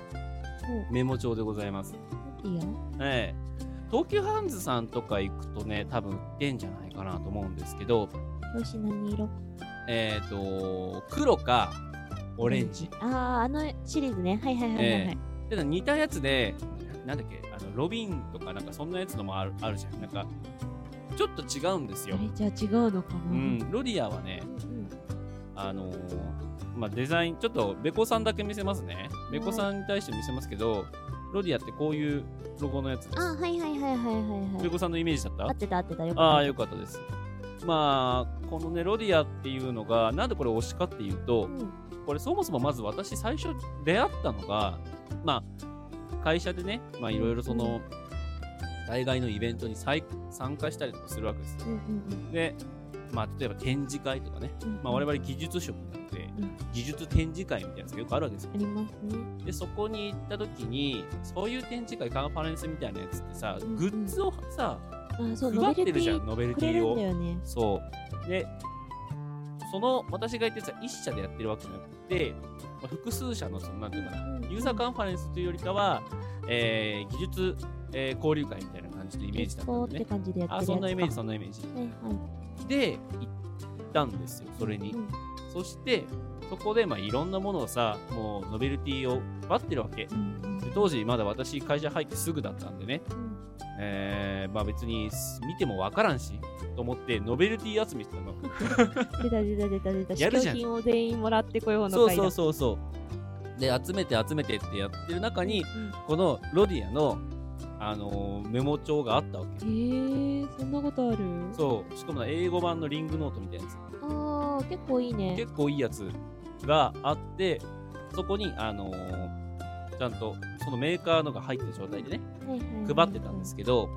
Speaker 1: メモ帳でございます。
Speaker 2: いいよ
Speaker 1: ええ東急ハンズさんとか行くとね、多分売ってんじゃないかなと思うんですけど、
Speaker 2: 表紙何色
Speaker 1: えっ、と、黒かオレンジ。
Speaker 2: あああのシリーズねはいはいはいはい、は
Speaker 1: え
Speaker 2: い
Speaker 1: えで似たやつで、なんだっけ、あのロビンとかなんかそんなやつのもあるあるじゃん。なんか、ちょっと違うんですよ。
Speaker 2: じゃあ違うのかな、
Speaker 1: うん、ロディアはね、あのーまあ、デザイン、ちょっとベコさんだけ見せますね。ベコさんに対して見せますけど、ロディアってこういうロゴのやつです。
Speaker 2: あはいはいはいはいはい
Speaker 1: ベ
Speaker 2: はい
Speaker 1: コさんのイメージだった
Speaker 2: 合ってた合ってたよ
Speaker 1: ああ、よかったです。まあ、このね、ロディアっていうのが、なんでこれ推しかっていうと、これそもそもまず私最初出会ったのが、まあ、会社でね、まあいろいろその、大概のイベントに参参加したりとかするわけですよ。
Speaker 2: うんうんうん
Speaker 1: で、まあ、例えば展示会とかね、まあ、我々技術職なので、技術展示会みたいなやつがよくあるわけですよ
Speaker 2: あ。りますね。
Speaker 1: でそこに行った時にそういう展示会カンファレンスみたいなやつってさ、グッズをさ
Speaker 2: あそう
Speaker 1: 配ってるじゃんノベルティを
Speaker 2: くれるんだよね
Speaker 1: そうでその私が言ってたやつは一社でやってるわけじゃなくて、まあ、複数社のそのなんていうかなユーザーカンファレンスというよりかは、えー技術、えー交流会みたいな感じのイメージだったんで
Speaker 2: 鉄砲って感じで
Speaker 1: ね
Speaker 2: やってる
Speaker 1: あ
Speaker 2: やつか
Speaker 1: そんなイメージそんなイメージ
Speaker 2: はいはい。
Speaker 1: で行ったんですよそれに、
Speaker 2: うん
Speaker 1: そしてそこでまあいろんなものをさもうノベルティを配ってるわけ、で当時まだ私会社入ってすぐだったんでね、えーまあ別に見てもわからんしと思ってノベルティ集めてたの
Speaker 2: 出た出た出た出た。
Speaker 1: や
Speaker 2: 試
Speaker 1: る
Speaker 2: 供
Speaker 1: じゃん
Speaker 2: 品を全員もらってこよう
Speaker 1: そ
Speaker 2: の
Speaker 1: う
Speaker 2: 会だ。
Speaker 1: そうそうそうで集めて集めてってやってる中に、このロディアの、あのーメモ帳があったわけ
Speaker 2: えー、そんなことある
Speaker 1: そうしかもな英語版のリングノートみたいなやつ
Speaker 2: ああ、結構いいね。
Speaker 1: 結構いいやつがあってそこにあのーちゃんとそのメーカーのが入ってる状態でね
Speaker 2: はいはいはい
Speaker 1: 配ってたんですけど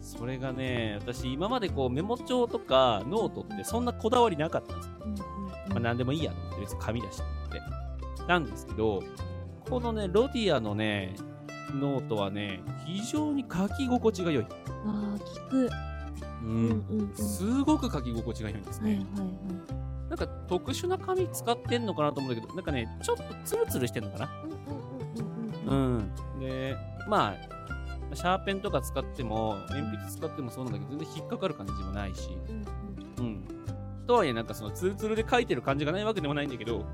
Speaker 1: それがね私今までこうメモ帳とかノートってそんなこだわりなかったんですよ、まあ、何でもいいやと思って別に紙だしと思ってなんですけどこのねロディアのねノートはね非常に書き心地が良い、
Speaker 2: ああ、聞く。
Speaker 1: うんすごく書き心地が良いんです
Speaker 2: はい
Speaker 1: ね、
Speaker 2: はいはい。
Speaker 1: なんか特殊な紙使ってんのかなと思うんだけど、なんかね、ちょっとツルツルしてんのかなうん。で、まあ、シャーペンとか使っても、鉛筆使ってもそうなんだけど、全然引っかかる感じもないし、うん。とはいえ、なんかそのツルツルで書いてる感じがないわけでもないんだけど、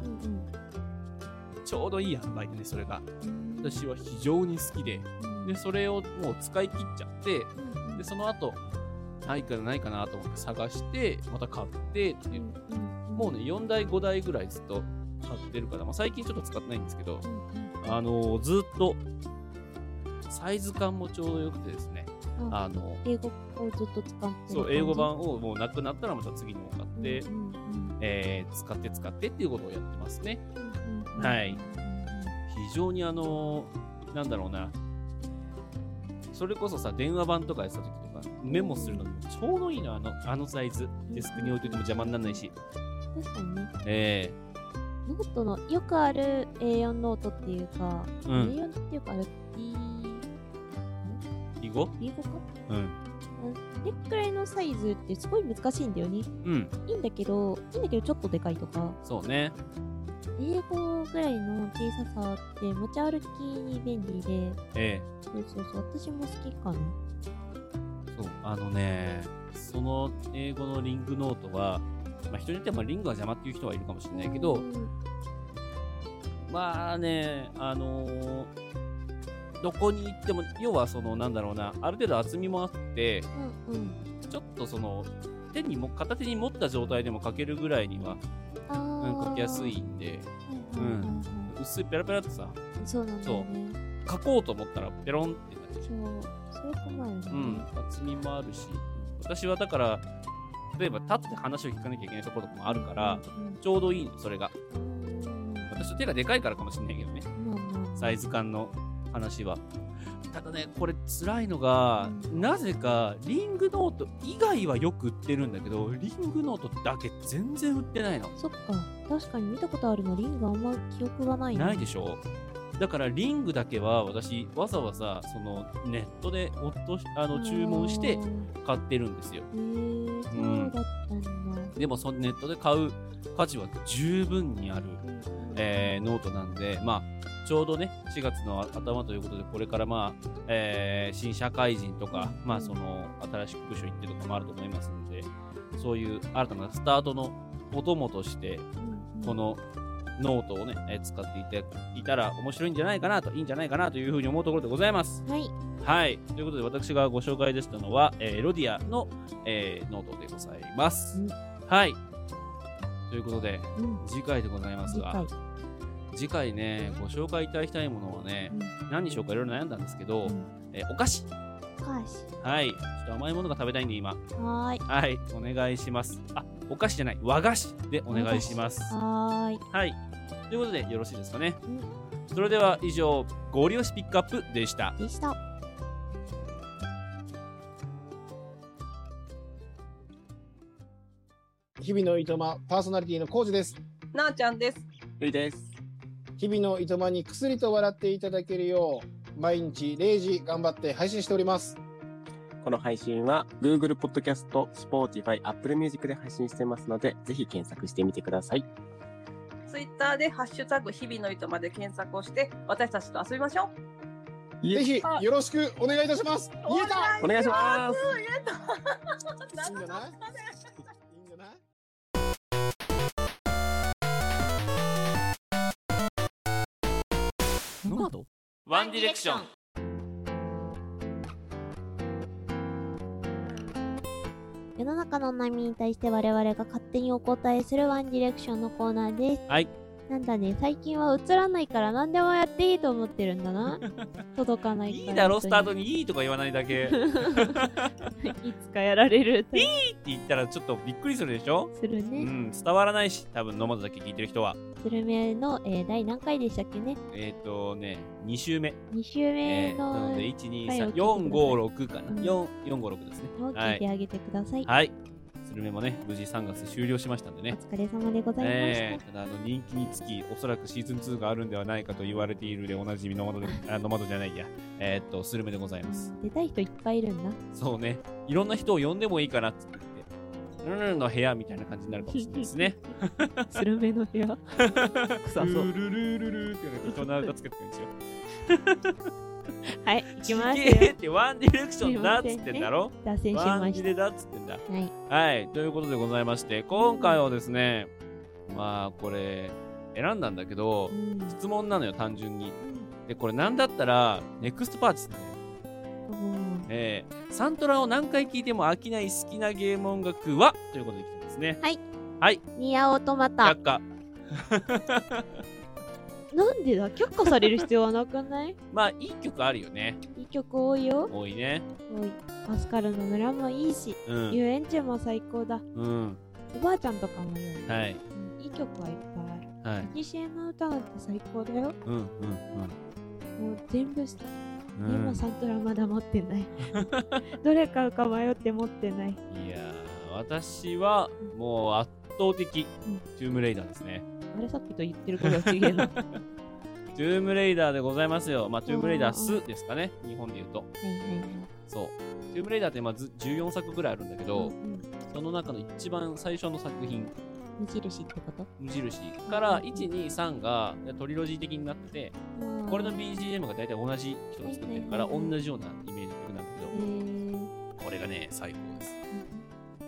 Speaker 1: ちょうどいい販売でね、それが。私は非常に好きで、で、それをもう使い切っちゃって、で、その後、ないかな、ないかなと思って探して、また買ってっていう。もうね、4台、5台ぐらいずっと買ってるから、まあ、最近ちょっと使ってないんですけど、あのーずっと、サイズ感もちょうどよくてですね、あの
Speaker 2: 英語をずっと使って
Speaker 1: そう、英語版
Speaker 2: を。
Speaker 1: をもうなくなったらまた次に向かって、えー使って使ってっていうことをやってますね。はい。非常にあのーなんだろうな、それこそさ、電話版とかやってた時とか、メモするのにちょうどいいの、あの、あのサイズ。デスクに置いといても邪魔にならないし。
Speaker 2: 確かにね。
Speaker 1: え
Speaker 2: ノートのよくある A4 ノートっていうか、
Speaker 1: うん
Speaker 2: A4 っていうかあれ B
Speaker 1: ー、英語
Speaker 2: B5 か
Speaker 1: うん。
Speaker 2: あれくらいのサイズってすごい難しいんだよね。
Speaker 1: うん。
Speaker 2: いいんだけど、いいんだけどちょっとでかいとか、
Speaker 1: そうね。
Speaker 2: 英語ぐらいの小ささって持ち歩きに便利で、
Speaker 1: ええ
Speaker 2: そうそうそう、私も好きかな。
Speaker 1: そう、あのね、その英語のリングノートは、まあ、人によってはまあリングが邪魔っていう人はいるかもしれないけど、まあね、あのーどこに行っても、要はその、なんだろうな、ある程度厚みもあって、
Speaker 2: うんうん。
Speaker 1: ちょっとその、手にも、片手に持った状態でも書けるぐらいには、うん、書きやすいんで、うん。薄いペラペラってさ、
Speaker 2: そうなんだよね。
Speaker 1: 書こうと思ったらペロンってなっちゃう
Speaker 2: そう、それ困るね。
Speaker 1: うん、厚みもあるし、私はだから、例えば立って話を聞かなきゃいけないところとかもあるから、ちょうどいいの、それが。私の手がでかいからかもしれないけどね、
Speaker 2: まあま
Speaker 1: サイズ感の話は。ただね、これ辛いのが、なぜかリングノート以外はよく売ってるんだけど、リングノートだけ全然売ってないの。
Speaker 2: あ、そっか。確かに見たことあるの、リングあんま記憶がないね
Speaker 1: ないでしょだからリングだけは私わざわざそのネットでおっとしあの注文して買ってるんですよ。
Speaker 2: へーそうだったんだ。
Speaker 1: でもそのネットで買う価値は十分にある、えーノートなんで、まあ、ちょうどね4月の頭ということでこれから、まあえー新社会人とか、まあ、その新しく部署行ってとかもあると思いますのでそういう新たなスタートのお供としてこのノートをね、えー使っていていたら面白いんじゃないかなといいんじゃないかなというふうに思うところでございます。
Speaker 2: はい。
Speaker 1: はい。ということで、私がご紹介でしたのは、えーロディアの、えーノートでございます。はい。ということで、
Speaker 2: うん
Speaker 1: 次回でございますが、次回ね、ご紹介いただきたいものはね、何にしようかいろいろ悩んだんですけど、えーお菓子。
Speaker 2: 返し。
Speaker 1: はい。ちょっと甘いものが食べたいんで、今。
Speaker 2: はーい。
Speaker 1: はい。お願いします。あ、お菓子じゃない、和菓子でお願いします。
Speaker 2: はーい。
Speaker 1: はい。ということで、よろしいですかね。それでは以上、ゴリ押しピックアップでした。
Speaker 2: でした。
Speaker 16: 日々のいとまパーソナリティのコウジです
Speaker 17: なあちゃんです
Speaker 18: ゆいです
Speaker 16: 日々のいとまにくすりと笑っていただけるよう毎日0時頑張って配信しております
Speaker 18: この配信は Google Podcast、Spotify、Apple Music で配信してますので、ぜひ検索してみてください。
Speaker 17: ツイッターでハッシュタグ日々の糸まで検索をして私たちと遊びましょう
Speaker 16: ぜひよろしくお願いいたします言えた
Speaker 18: お願いします
Speaker 17: 言え
Speaker 16: い
Speaker 17: た
Speaker 16: いんじゃない
Speaker 1: ノマドワンディレクション
Speaker 3: 世の中の波に対して我々が勝手にお答えするワンディレクションのコーナーです。
Speaker 1: はい。
Speaker 3: なんだね、最近は映らないから何でもやっていいと思ってるんだ な。届か ないから。
Speaker 1: いいだろスタートにいいとか言わないだけいいって
Speaker 2: いつかやられると。
Speaker 1: 言ったらちょっとびっくりするでしょ
Speaker 3: するね
Speaker 1: うん伝わらないし多分ノマドだけ聞いてる人は
Speaker 3: スルメの、えー第何回でしたっけね。
Speaker 1: えっ、とね2週目
Speaker 3: 2週
Speaker 1: え
Speaker 3: 目
Speaker 1: ーな
Speaker 3: の
Speaker 1: ので
Speaker 3: 回を聞いてください
Speaker 1: 12345かな、四四五六ですね
Speaker 3: を聞いてあげてください。
Speaker 1: はい。スルメもね、無事3月終了しましたんでね。
Speaker 3: お疲れ様でございました。
Speaker 1: えーただあの人気につき、おそらくシーズン2があるんではないかと言われているでおなじみの窓で、あの窓じゃないや、えーっと、スルメでございます。
Speaker 3: 出たい人いっぱいいるんだ。
Speaker 1: そうね、いろんな人を呼んでもいいかなって言って、ルルルの部屋みたいな感じになるかもしれないですね。
Speaker 2: スルメの 部屋。
Speaker 1: ルルルルルって適当な歌作ってるんですよ。
Speaker 2: はい、行きますよ。
Speaker 1: ちげーってワンディレクションだっつってんだろ
Speaker 2: すいませんね脱線しました
Speaker 1: ワンディレだっつってんだ。
Speaker 3: はい。
Speaker 1: はい、ということでございまして、今回はですね、まあこれ、選んだんだけど、質問なのよ、単純に。で、これなんだったら、ネクストパーティスね。えーサントラを何回聴いても飽きない好きなゲーム音楽はということで来てますね。
Speaker 3: はい。
Speaker 1: はい。
Speaker 3: 似合おうとまた
Speaker 1: 却。下。
Speaker 2: なんでだ却下される必要はなくない
Speaker 1: まあ、いい曲あるよね。
Speaker 2: いい曲多いよ。
Speaker 1: 多いね。
Speaker 2: 多い。マスカルの村もいいし、
Speaker 1: うん
Speaker 2: 遊園地も最高だ。
Speaker 1: うん。
Speaker 2: おばあちゃんとかもよ。
Speaker 1: はい。
Speaker 2: いい曲はいっぱいある。
Speaker 1: はい。
Speaker 2: パティシエの歌なんて最高だよ。
Speaker 1: うんうん
Speaker 2: もう全部した。
Speaker 1: うん。
Speaker 2: で
Speaker 1: う
Speaker 2: も
Speaker 1: ん
Speaker 2: サントラまだ持って ない。どれ買うか迷って持ってない。
Speaker 1: いやー、私はもう圧倒的、トゥームレイダーですね。
Speaker 2: あれさっきと言ってることが違 えな。
Speaker 1: トゥームレイダーでございますよ。まあ、トゥームレイダースですかね。日本で言うと。そう。トゥームレイダーってまず14作ぐらいあるんだけど、その中の一番最初の作品、
Speaker 3: 無印ってこと
Speaker 1: 無印から1、2、3がトリロジー的になってて、これの BGM が大体同じ人が作ってるから、同じようなイメージの曲なんだけど、これがね、最高です。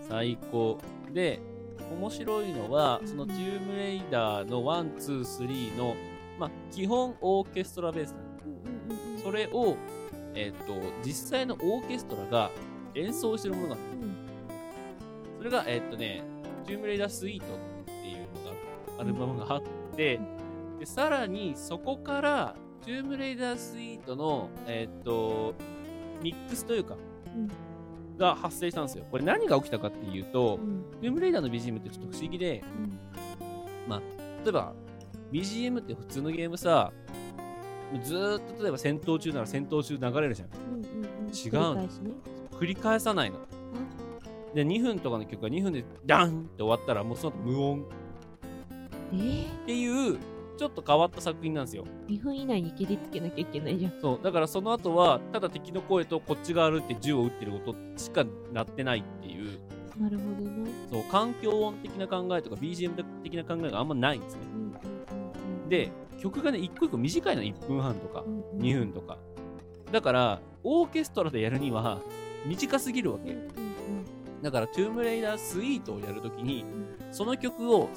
Speaker 1: 最高。で、面白いのは、そのトゥームレイダーの1、2、3の、まあ、基本オーケストラベースなんだそれを、えっと、実際のオーケストラが演奏してるものがあって、それが、えっとね、トゥームレイダースイートっていうのが、アルバムがあって、で、さらにそこから、トゥームレイダースイートの、えっと、ミックスというか、が発生したんですよ。これ何が起きたかっていうと、トゥームレイダーの BGM ってちょっと不思議で、まあ、例えば、BGM って普通のゲームさ、ずーっと例えば戦闘中なら戦闘中流れるじゃん。違うの
Speaker 2: 繰り返しね
Speaker 1: 繰り返さないの。で、2分とかの曲が2分でダンって終わったら、もうその後無音っていう、ちょっと変わった作品なんですよ。
Speaker 2: 2分以内に切りつけなきゃいけないじゃん。
Speaker 1: そう、だからその後は、ただ敵の声とこっち側歩いて銃を撃ってる音しかなってないっていう、
Speaker 2: なるほどね。
Speaker 1: そう、環境音的な考えとか BGM 的な考えがあんまないんですね。で、曲がね、一個一個短いの、1分半とか、2分とか。だから、オーケストラでやるには、短すぎるわけ。だから、トゥームレイダースイートをやるときに、その曲を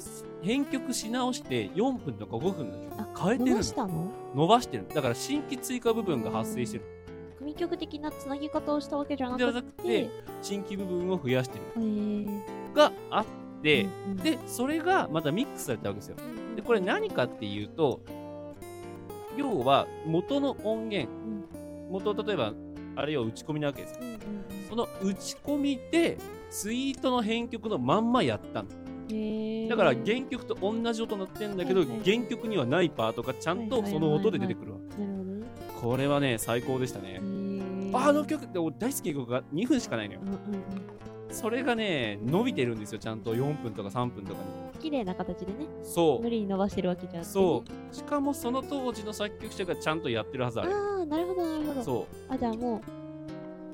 Speaker 1: 編曲し直して、4分とか5分の曲変えて
Speaker 3: 伸
Speaker 1: るの
Speaker 3: ばしたの
Speaker 1: 伸ばしてる。だから、新規追加部分が発生してる。
Speaker 3: 組曲的なつなぎ方をしたわけじゃな
Speaker 1: ではな
Speaker 3: く
Speaker 1: く
Speaker 3: て、
Speaker 1: て、新規部分を増やしてる。
Speaker 3: えー、
Speaker 1: があって、で、それがまたミックスされたわけですよ。で、これ何かっていうと、要は元の音源、元、例えば、あれを打ち込みなわけですよ。その打ち込みで、ツイートの編曲のまんまやったんだ。だから原曲と同じ音になってんだけど、
Speaker 2: はいはいはい
Speaker 1: 原曲にはないパートがちゃんとその音で出てくるわ。
Speaker 2: なるほどね。
Speaker 1: これはね、最高でしたね。あの曲って俺大好きな曲が2分しかないのよ。それがね、伸びてるんですよ、ちゃんと4分とか3分とかに。
Speaker 2: 綺麗な形でね
Speaker 1: そう
Speaker 2: 無理に伸ばしてるわけじゃなくてね
Speaker 1: そう。しかもその当時の作曲者がちゃんとやってるはずあれ。
Speaker 2: ああなるほどなるほど
Speaker 1: そう
Speaker 2: あじゃあもう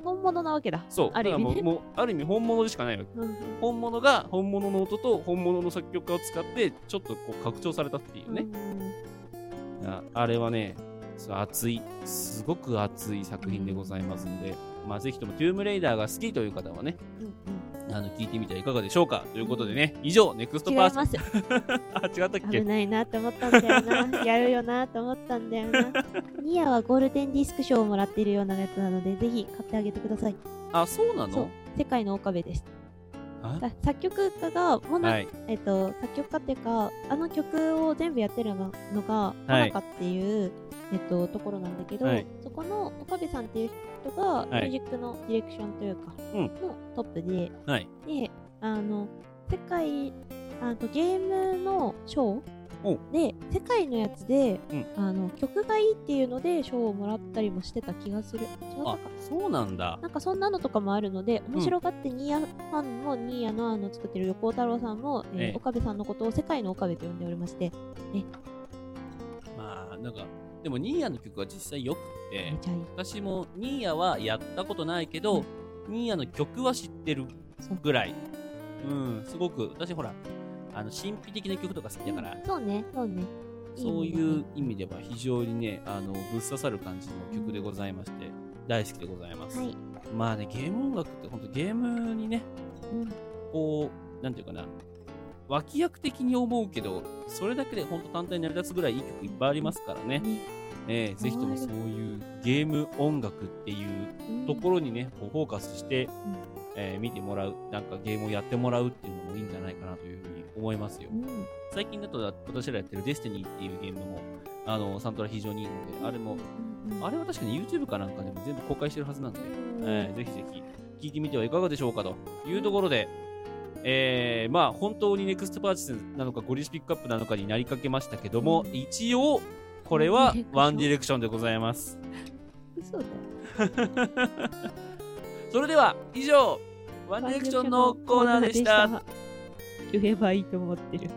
Speaker 2: 本物なわけだ
Speaker 1: そう。
Speaker 2: ある意味
Speaker 1: だから
Speaker 2: ね
Speaker 1: もう、もうある意味本物でしかないわけ。
Speaker 2: うん
Speaker 1: 本物が本物の音と本物の作曲家を使って、ちょっとこう拡張されたっていうね。ああれはね、そう熱い、すごく熱い作品でございますので、まあぜひともトゥームレイダーが好きという方はね、あの聞いてみてはいかがでしょうかということでね、以上、ネクスト
Speaker 2: 違い
Speaker 1: パ
Speaker 2: ま
Speaker 1: ーソン。
Speaker 2: す
Speaker 1: あ、違ったっけ
Speaker 2: 危ないなって思ったんだよ なやるよなって思ったんだよなニアはゴールデンディスク賞をもらっているようなやつなのでぜひ買ってあげてください
Speaker 1: あ、そうな
Speaker 2: そう
Speaker 1: の
Speaker 2: 世界の岡部です
Speaker 1: あ
Speaker 2: さ作曲家がモナ、
Speaker 1: はい
Speaker 2: えっと作曲家っていうかあの曲を全部やってるのがモナカっていう、えっと、ところなんだけど、
Speaker 19: はい
Speaker 2: そこの岡部さんっていう人が
Speaker 19: い
Speaker 2: プロジェクトのディレクションというか、
Speaker 19: うん
Speaker 2: のトップで、
Speaker 19: はい
Speaker 2: であの世界あのゲームの賞で世界のやつで、
Speaker 1: うん
Speaker 2: あの曲がいいっていうので賞をもらったりもしてた気がする違ったか
Speaker 1: あ、そうなんだ
Speaker 2: な。んかそんなのとかもあるので、面白がってニーヤファンもニーヤのあの作ってる横尾太郎さんも、えー
Speaker 1: ええ
Speaker 2: 岡部さんのことを世界の岡部と呼んでおりまして、ね、
Speaker 1: まあ、なんか、でも、ニーヤの曲は実際よくって、私もニーヤはやったことないけど、ニーヤの曲は知ってるぐらい。うん、すごく、私ほら、あの、神秘的な曲とか好きだから、
Speaker 2: そうね、そうね。
Speaker 1: そう
Speaker 2: い
Speaker 1: いう意味では非常にね、あの、ぶっ刺さる感じの曲でございまして、大好きでございます。
Speaker 2: はい
Speaker 1: まあね、ゲーム音楽って本当ゲームにね、
Speaker 2: うん
Speaker 1: こう、なんていうかな、脇役的に思うけど、それだけで本当単体に成り立つぐらいいい曲いっぱいありますからね。ええぜひともそういうゲーム音楽っていうところにね、こうフォーカスして、えー見てもらう、なんかゲームをやってもらうっていうのもいいんじゃないかなというふうに思いますよ。
Speaker 2: うん
Speaker 1: 最近だと私らやってるデスティニーっていうゲームも、あの、サントラ非常にいいので、あれも、あれは確かに YouTube かなんかでも全部公開してるはずなんで、えーぜひぜひ聞いてみてはいかがでしょうかというところで、えーまあ本当にネクストパーチスなのかゴリスピックアップなのかになりかけましたけども、一応これはワンディレクションでございます。
Speaker 2: 嘘だよ。
Speaker 1: それでは以上、ワンディレクションのコーナーでした。
Speaker 2: 言えばいいと思ってる。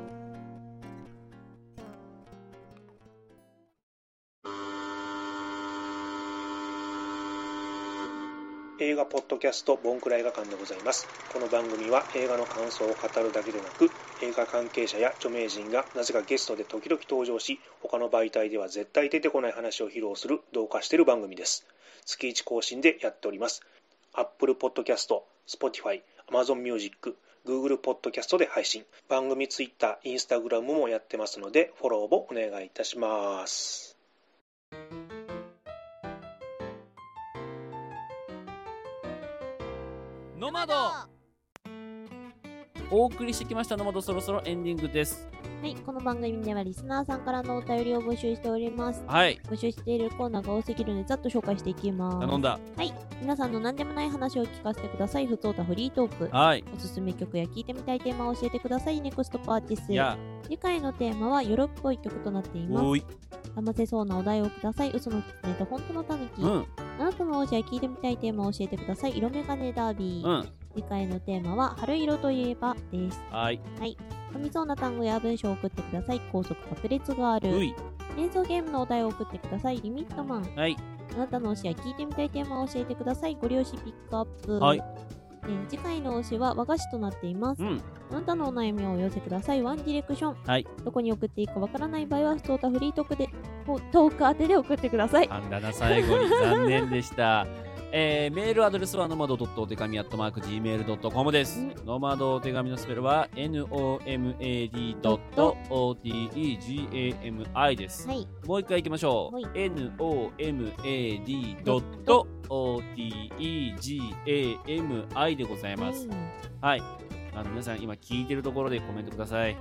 Speaker 20: 映画ポッドキャストボンクラ映画館でございますこの番組は映画の感想を語るだけでなく映画関係者や著名人がなぜかゲストで時々登場し他の媒体では絶対出てこない話を披露する同化している番組です月1更新でやっております Apple Podcast、Spotify、Amazon Music、Google Podcast で配信番組 Twitter、Instagram もやってますのでフォローもお願いいたします
Speaker 1: ノマドお送りしてきましたノマドそろそろエンディングです。
Speaker 2: はい、この番組ではリスナーさんからのお便りを募集しております。
Speaker 1: はい
Speaker 2: 募集しているコーナーが多すぎるので、ざっと紹介していきます。
Speaker 1: 頼んだ。
Speaker 2: はい、皆さんの何でもない話を聞かせてください。ふつおたフリートーク。
Speaker 1: はい
Speaker 2: おすすめ曲や聞いてみたいテーマを教えてください。ネクストパーティス。
Speaker 1: いや
Speaker 2: 次回のテーマはヨロっぽい曲となっています。
Speaker 1: おーい。
Speaker 2: 騙せそうなお題をください。嘘のキツネと本当のタヌキ。
Speaker 1: うん
Speaker 2: あなたの王子は聞いてみたいテーマを教えてください。色眼鏡ダービー。
Speaker 1: うん
Speaker 2: 次回のテーマは春色といえばです。
Speaker 1: はい。
Speaker 2: はい。噛みそうな単語や文章を送ってください。高速爆裂がある。
Speaker 1: うい
Speaker 2: 連想ゲームのお題を送ってください。リミットマン。
Speaker 1: はい。
Speaker 2: あなたの推しや聞いてみたいテーマを教えてください。ご両親ピックアップ。
Speaker 1: はい
Speaker 2: えー次回の推しは和菓子となっています。
Speaker 1: うん
Speaker 2: あなたのお悩みをお寄せください。ワンディレクション。
Speaker 1: はい。
Speaker 2: どこに送っていいかわからない場合は、普通たフリートークで、トーク宛てで送ってください。
Speaker 1: あんだな、最後に。残念でした。 えー、メールアドレスはノマドお手紙アットマーク Gmail.com です。ノマドお手紙のスペルは nomad.otegami です。
Speaker 2: はい
Speaker 1: もう一回いきましょう。
Speaker 2: はい
Speaker 1: nomad.otegami でございます。はい。あの皆さん今聞いてるところでコメントくださ い。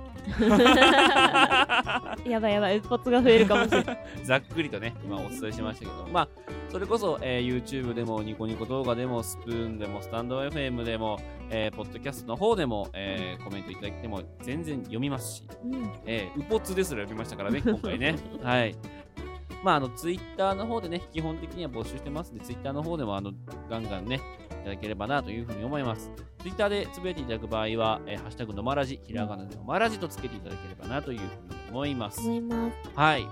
Speaker 2: やばいやばい、うっぽつが増えるかもしれない。
Speaker 1: ざっくりとね、今お伝えしましたけど、まあ、それこそ、えー YouTube でも、ニコニコ動画でも、スプーンでも、スタンド FM でも、えー、ポッドキャストの方でも、えーコメントいただいても、全然読みますし、
Speaker 2: うん
Speaker 1: えー、うぽつですら読みましたからね、今回ね。はい。まあ、あの、ツイッターの方でね、基本的には募集してますんで、ツイッターの方でも、あの、ガンガンね、いただければなというふうに思います。ツイッターでつぶやいていただく場合は、えーハッシュタグのまらじ、ひらがなでのまらじとつけていただければなというふうに思います。
Speaker 2: 思います。
Speaker 1: はい。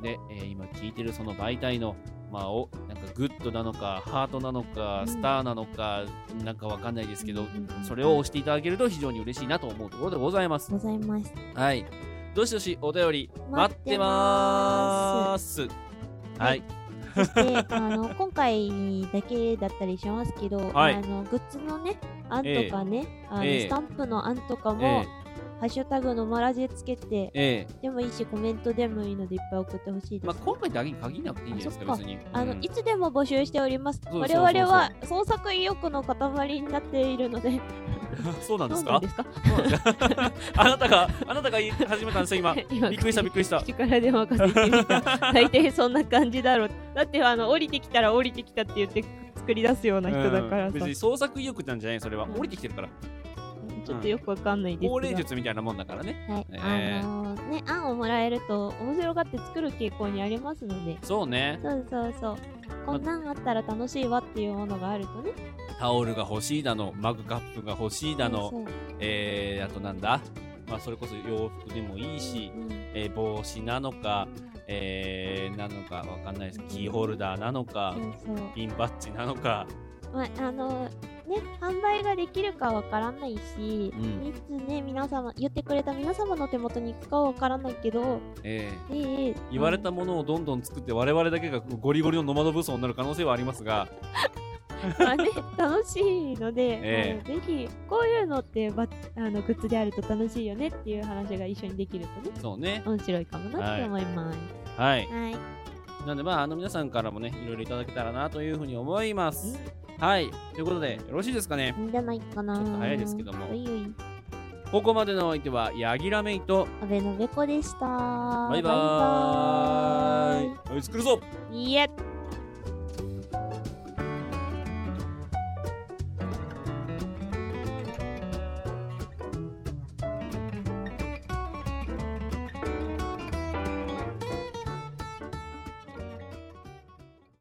Speaker 1: で、えー今聞いてるその媒体の、まあ、おなんかグッドなのか、ハートなのか、スターなのか、なんかわかんないですけど、それを押していただけると非常に嬉しいなと思うところでございます。
Speaker 2: ございます。
Speaker 1: はい。どしどしお便り待っ
Speaker 2: 待ってて
Speaker 1: ま
Speaker 2: ま
Speaker 1: ー
Speaker 2: ー
Speaker 1: す。はい。
Speaker 2: そして、あの、今回だけだったりしますけど、
Speaker 1: はい
Speaker 2: あの、グッズのね、案とかね、
Speaker 1: え
Speaker 2: あの
Speaker 1: ええ
Speaker 2: スタンプの案とかも、
Speaker 1: え
Speaker 2: ハッシュタグのマラジつけて、
Speaker 1: ええ
Speaker 2: でもいいし、コメントでもいいのでいっぱい送ってほしいです。
Speaker 1: まあ、今回だけに限らなくていいんじゃないですか、
Speaker 2: あ
Speaker 1: 別に。
Speaker 2: あの、
Speaker 1: うん
Speaker 2: いつでも募集しております。
Speaker 1: そうそう
Speaker 2: 我
Speaker 1: そうそう
Speaker 2: 々は創作意欲の塊になっているので、
Speaker 1: そうなんです
Speaker 2: ど
Speaker 1: か
Speaker 2: うなんですか
Speaker 1: そうなんですか あなたが、あなたが言い始めたんで すよ、今。
Speaker 21: 今
Speaker 1: びっくりした、びっくりした。
Speaker 21: 口からで任せてみた 大体そんな感じだろうだってあの降りてきたら降りてきたって言って作り出すような人だから
Speaker 1: うん
Speaker 21: さ、
Speaker 1: 別に
Speaker 21: ち
Speaker 1: 創作意欲なんじゃない、それは。降りてきてるから。
Speaker 21: ょっとよくわかんないです
Speaker 1: 法
Speaker 21: が、
Speaker 1: 令術みたいなもんだからね。
Speaker 2: はい、
Speaker 1: え
Speaker 2: あのね、案をもらえると面白がって作る傾向にありますので、
Speaker 1: そうね。
Speaker 2: そうそうそう。こんなんあったら楽しいわっていうものがあるとね。
Speaker 1: タオルが欲しいだの、マグカップが欲しいだの
Speaker 2: そうそう、
Speaker 1: えー、あとなんだ、まあ、それこそ洋服でもいいし、えー帽子なのか、えー、なのかわかんないです。キーホルダーなのか
Speaker 2: そうそう、
Speaker 1: ピンバッジなのか、
Speaker 2: まあ、あのね、販売ができるかわからないし、
Speaker 1: うん
Speaker 2: いつね、皆様、言ってくれた皆様の手元に行くかはわからないけど、
Speaker 1: えー、
Speaker 2: えええ
Speaker 1: 言われたものをどんどん作って我々だけがゴリゴリのノマド武装になる可能性はありますが
Speaker 21: まあね、楽しいので、
Speaker 1: え
Speaker 21: あのぜひこういうのってばあのグッズであると楽しいよねっていう話が一緒にできるとね
Speaker 1: そうね
Speaker 21: 面白いかもなって思います、
Speaker 1: はい、
Speaker 2: はい
Speaker 1: なんでまああの皆さんからもねいろいろいただけたらなというふうに思います、はいということでよろしいですかね
Speaker 2: いいんじゃないかな。ちょっ
Speaker 1: と早いですけども
Speaker 2: おいおい。
Speaker 1: ここまでのお相手はヤギラメイと
Speaker 2: 安倍のべこでした。
Speaker 1: バイバーイおい作るぞ
Speaker 2: イ。イエッ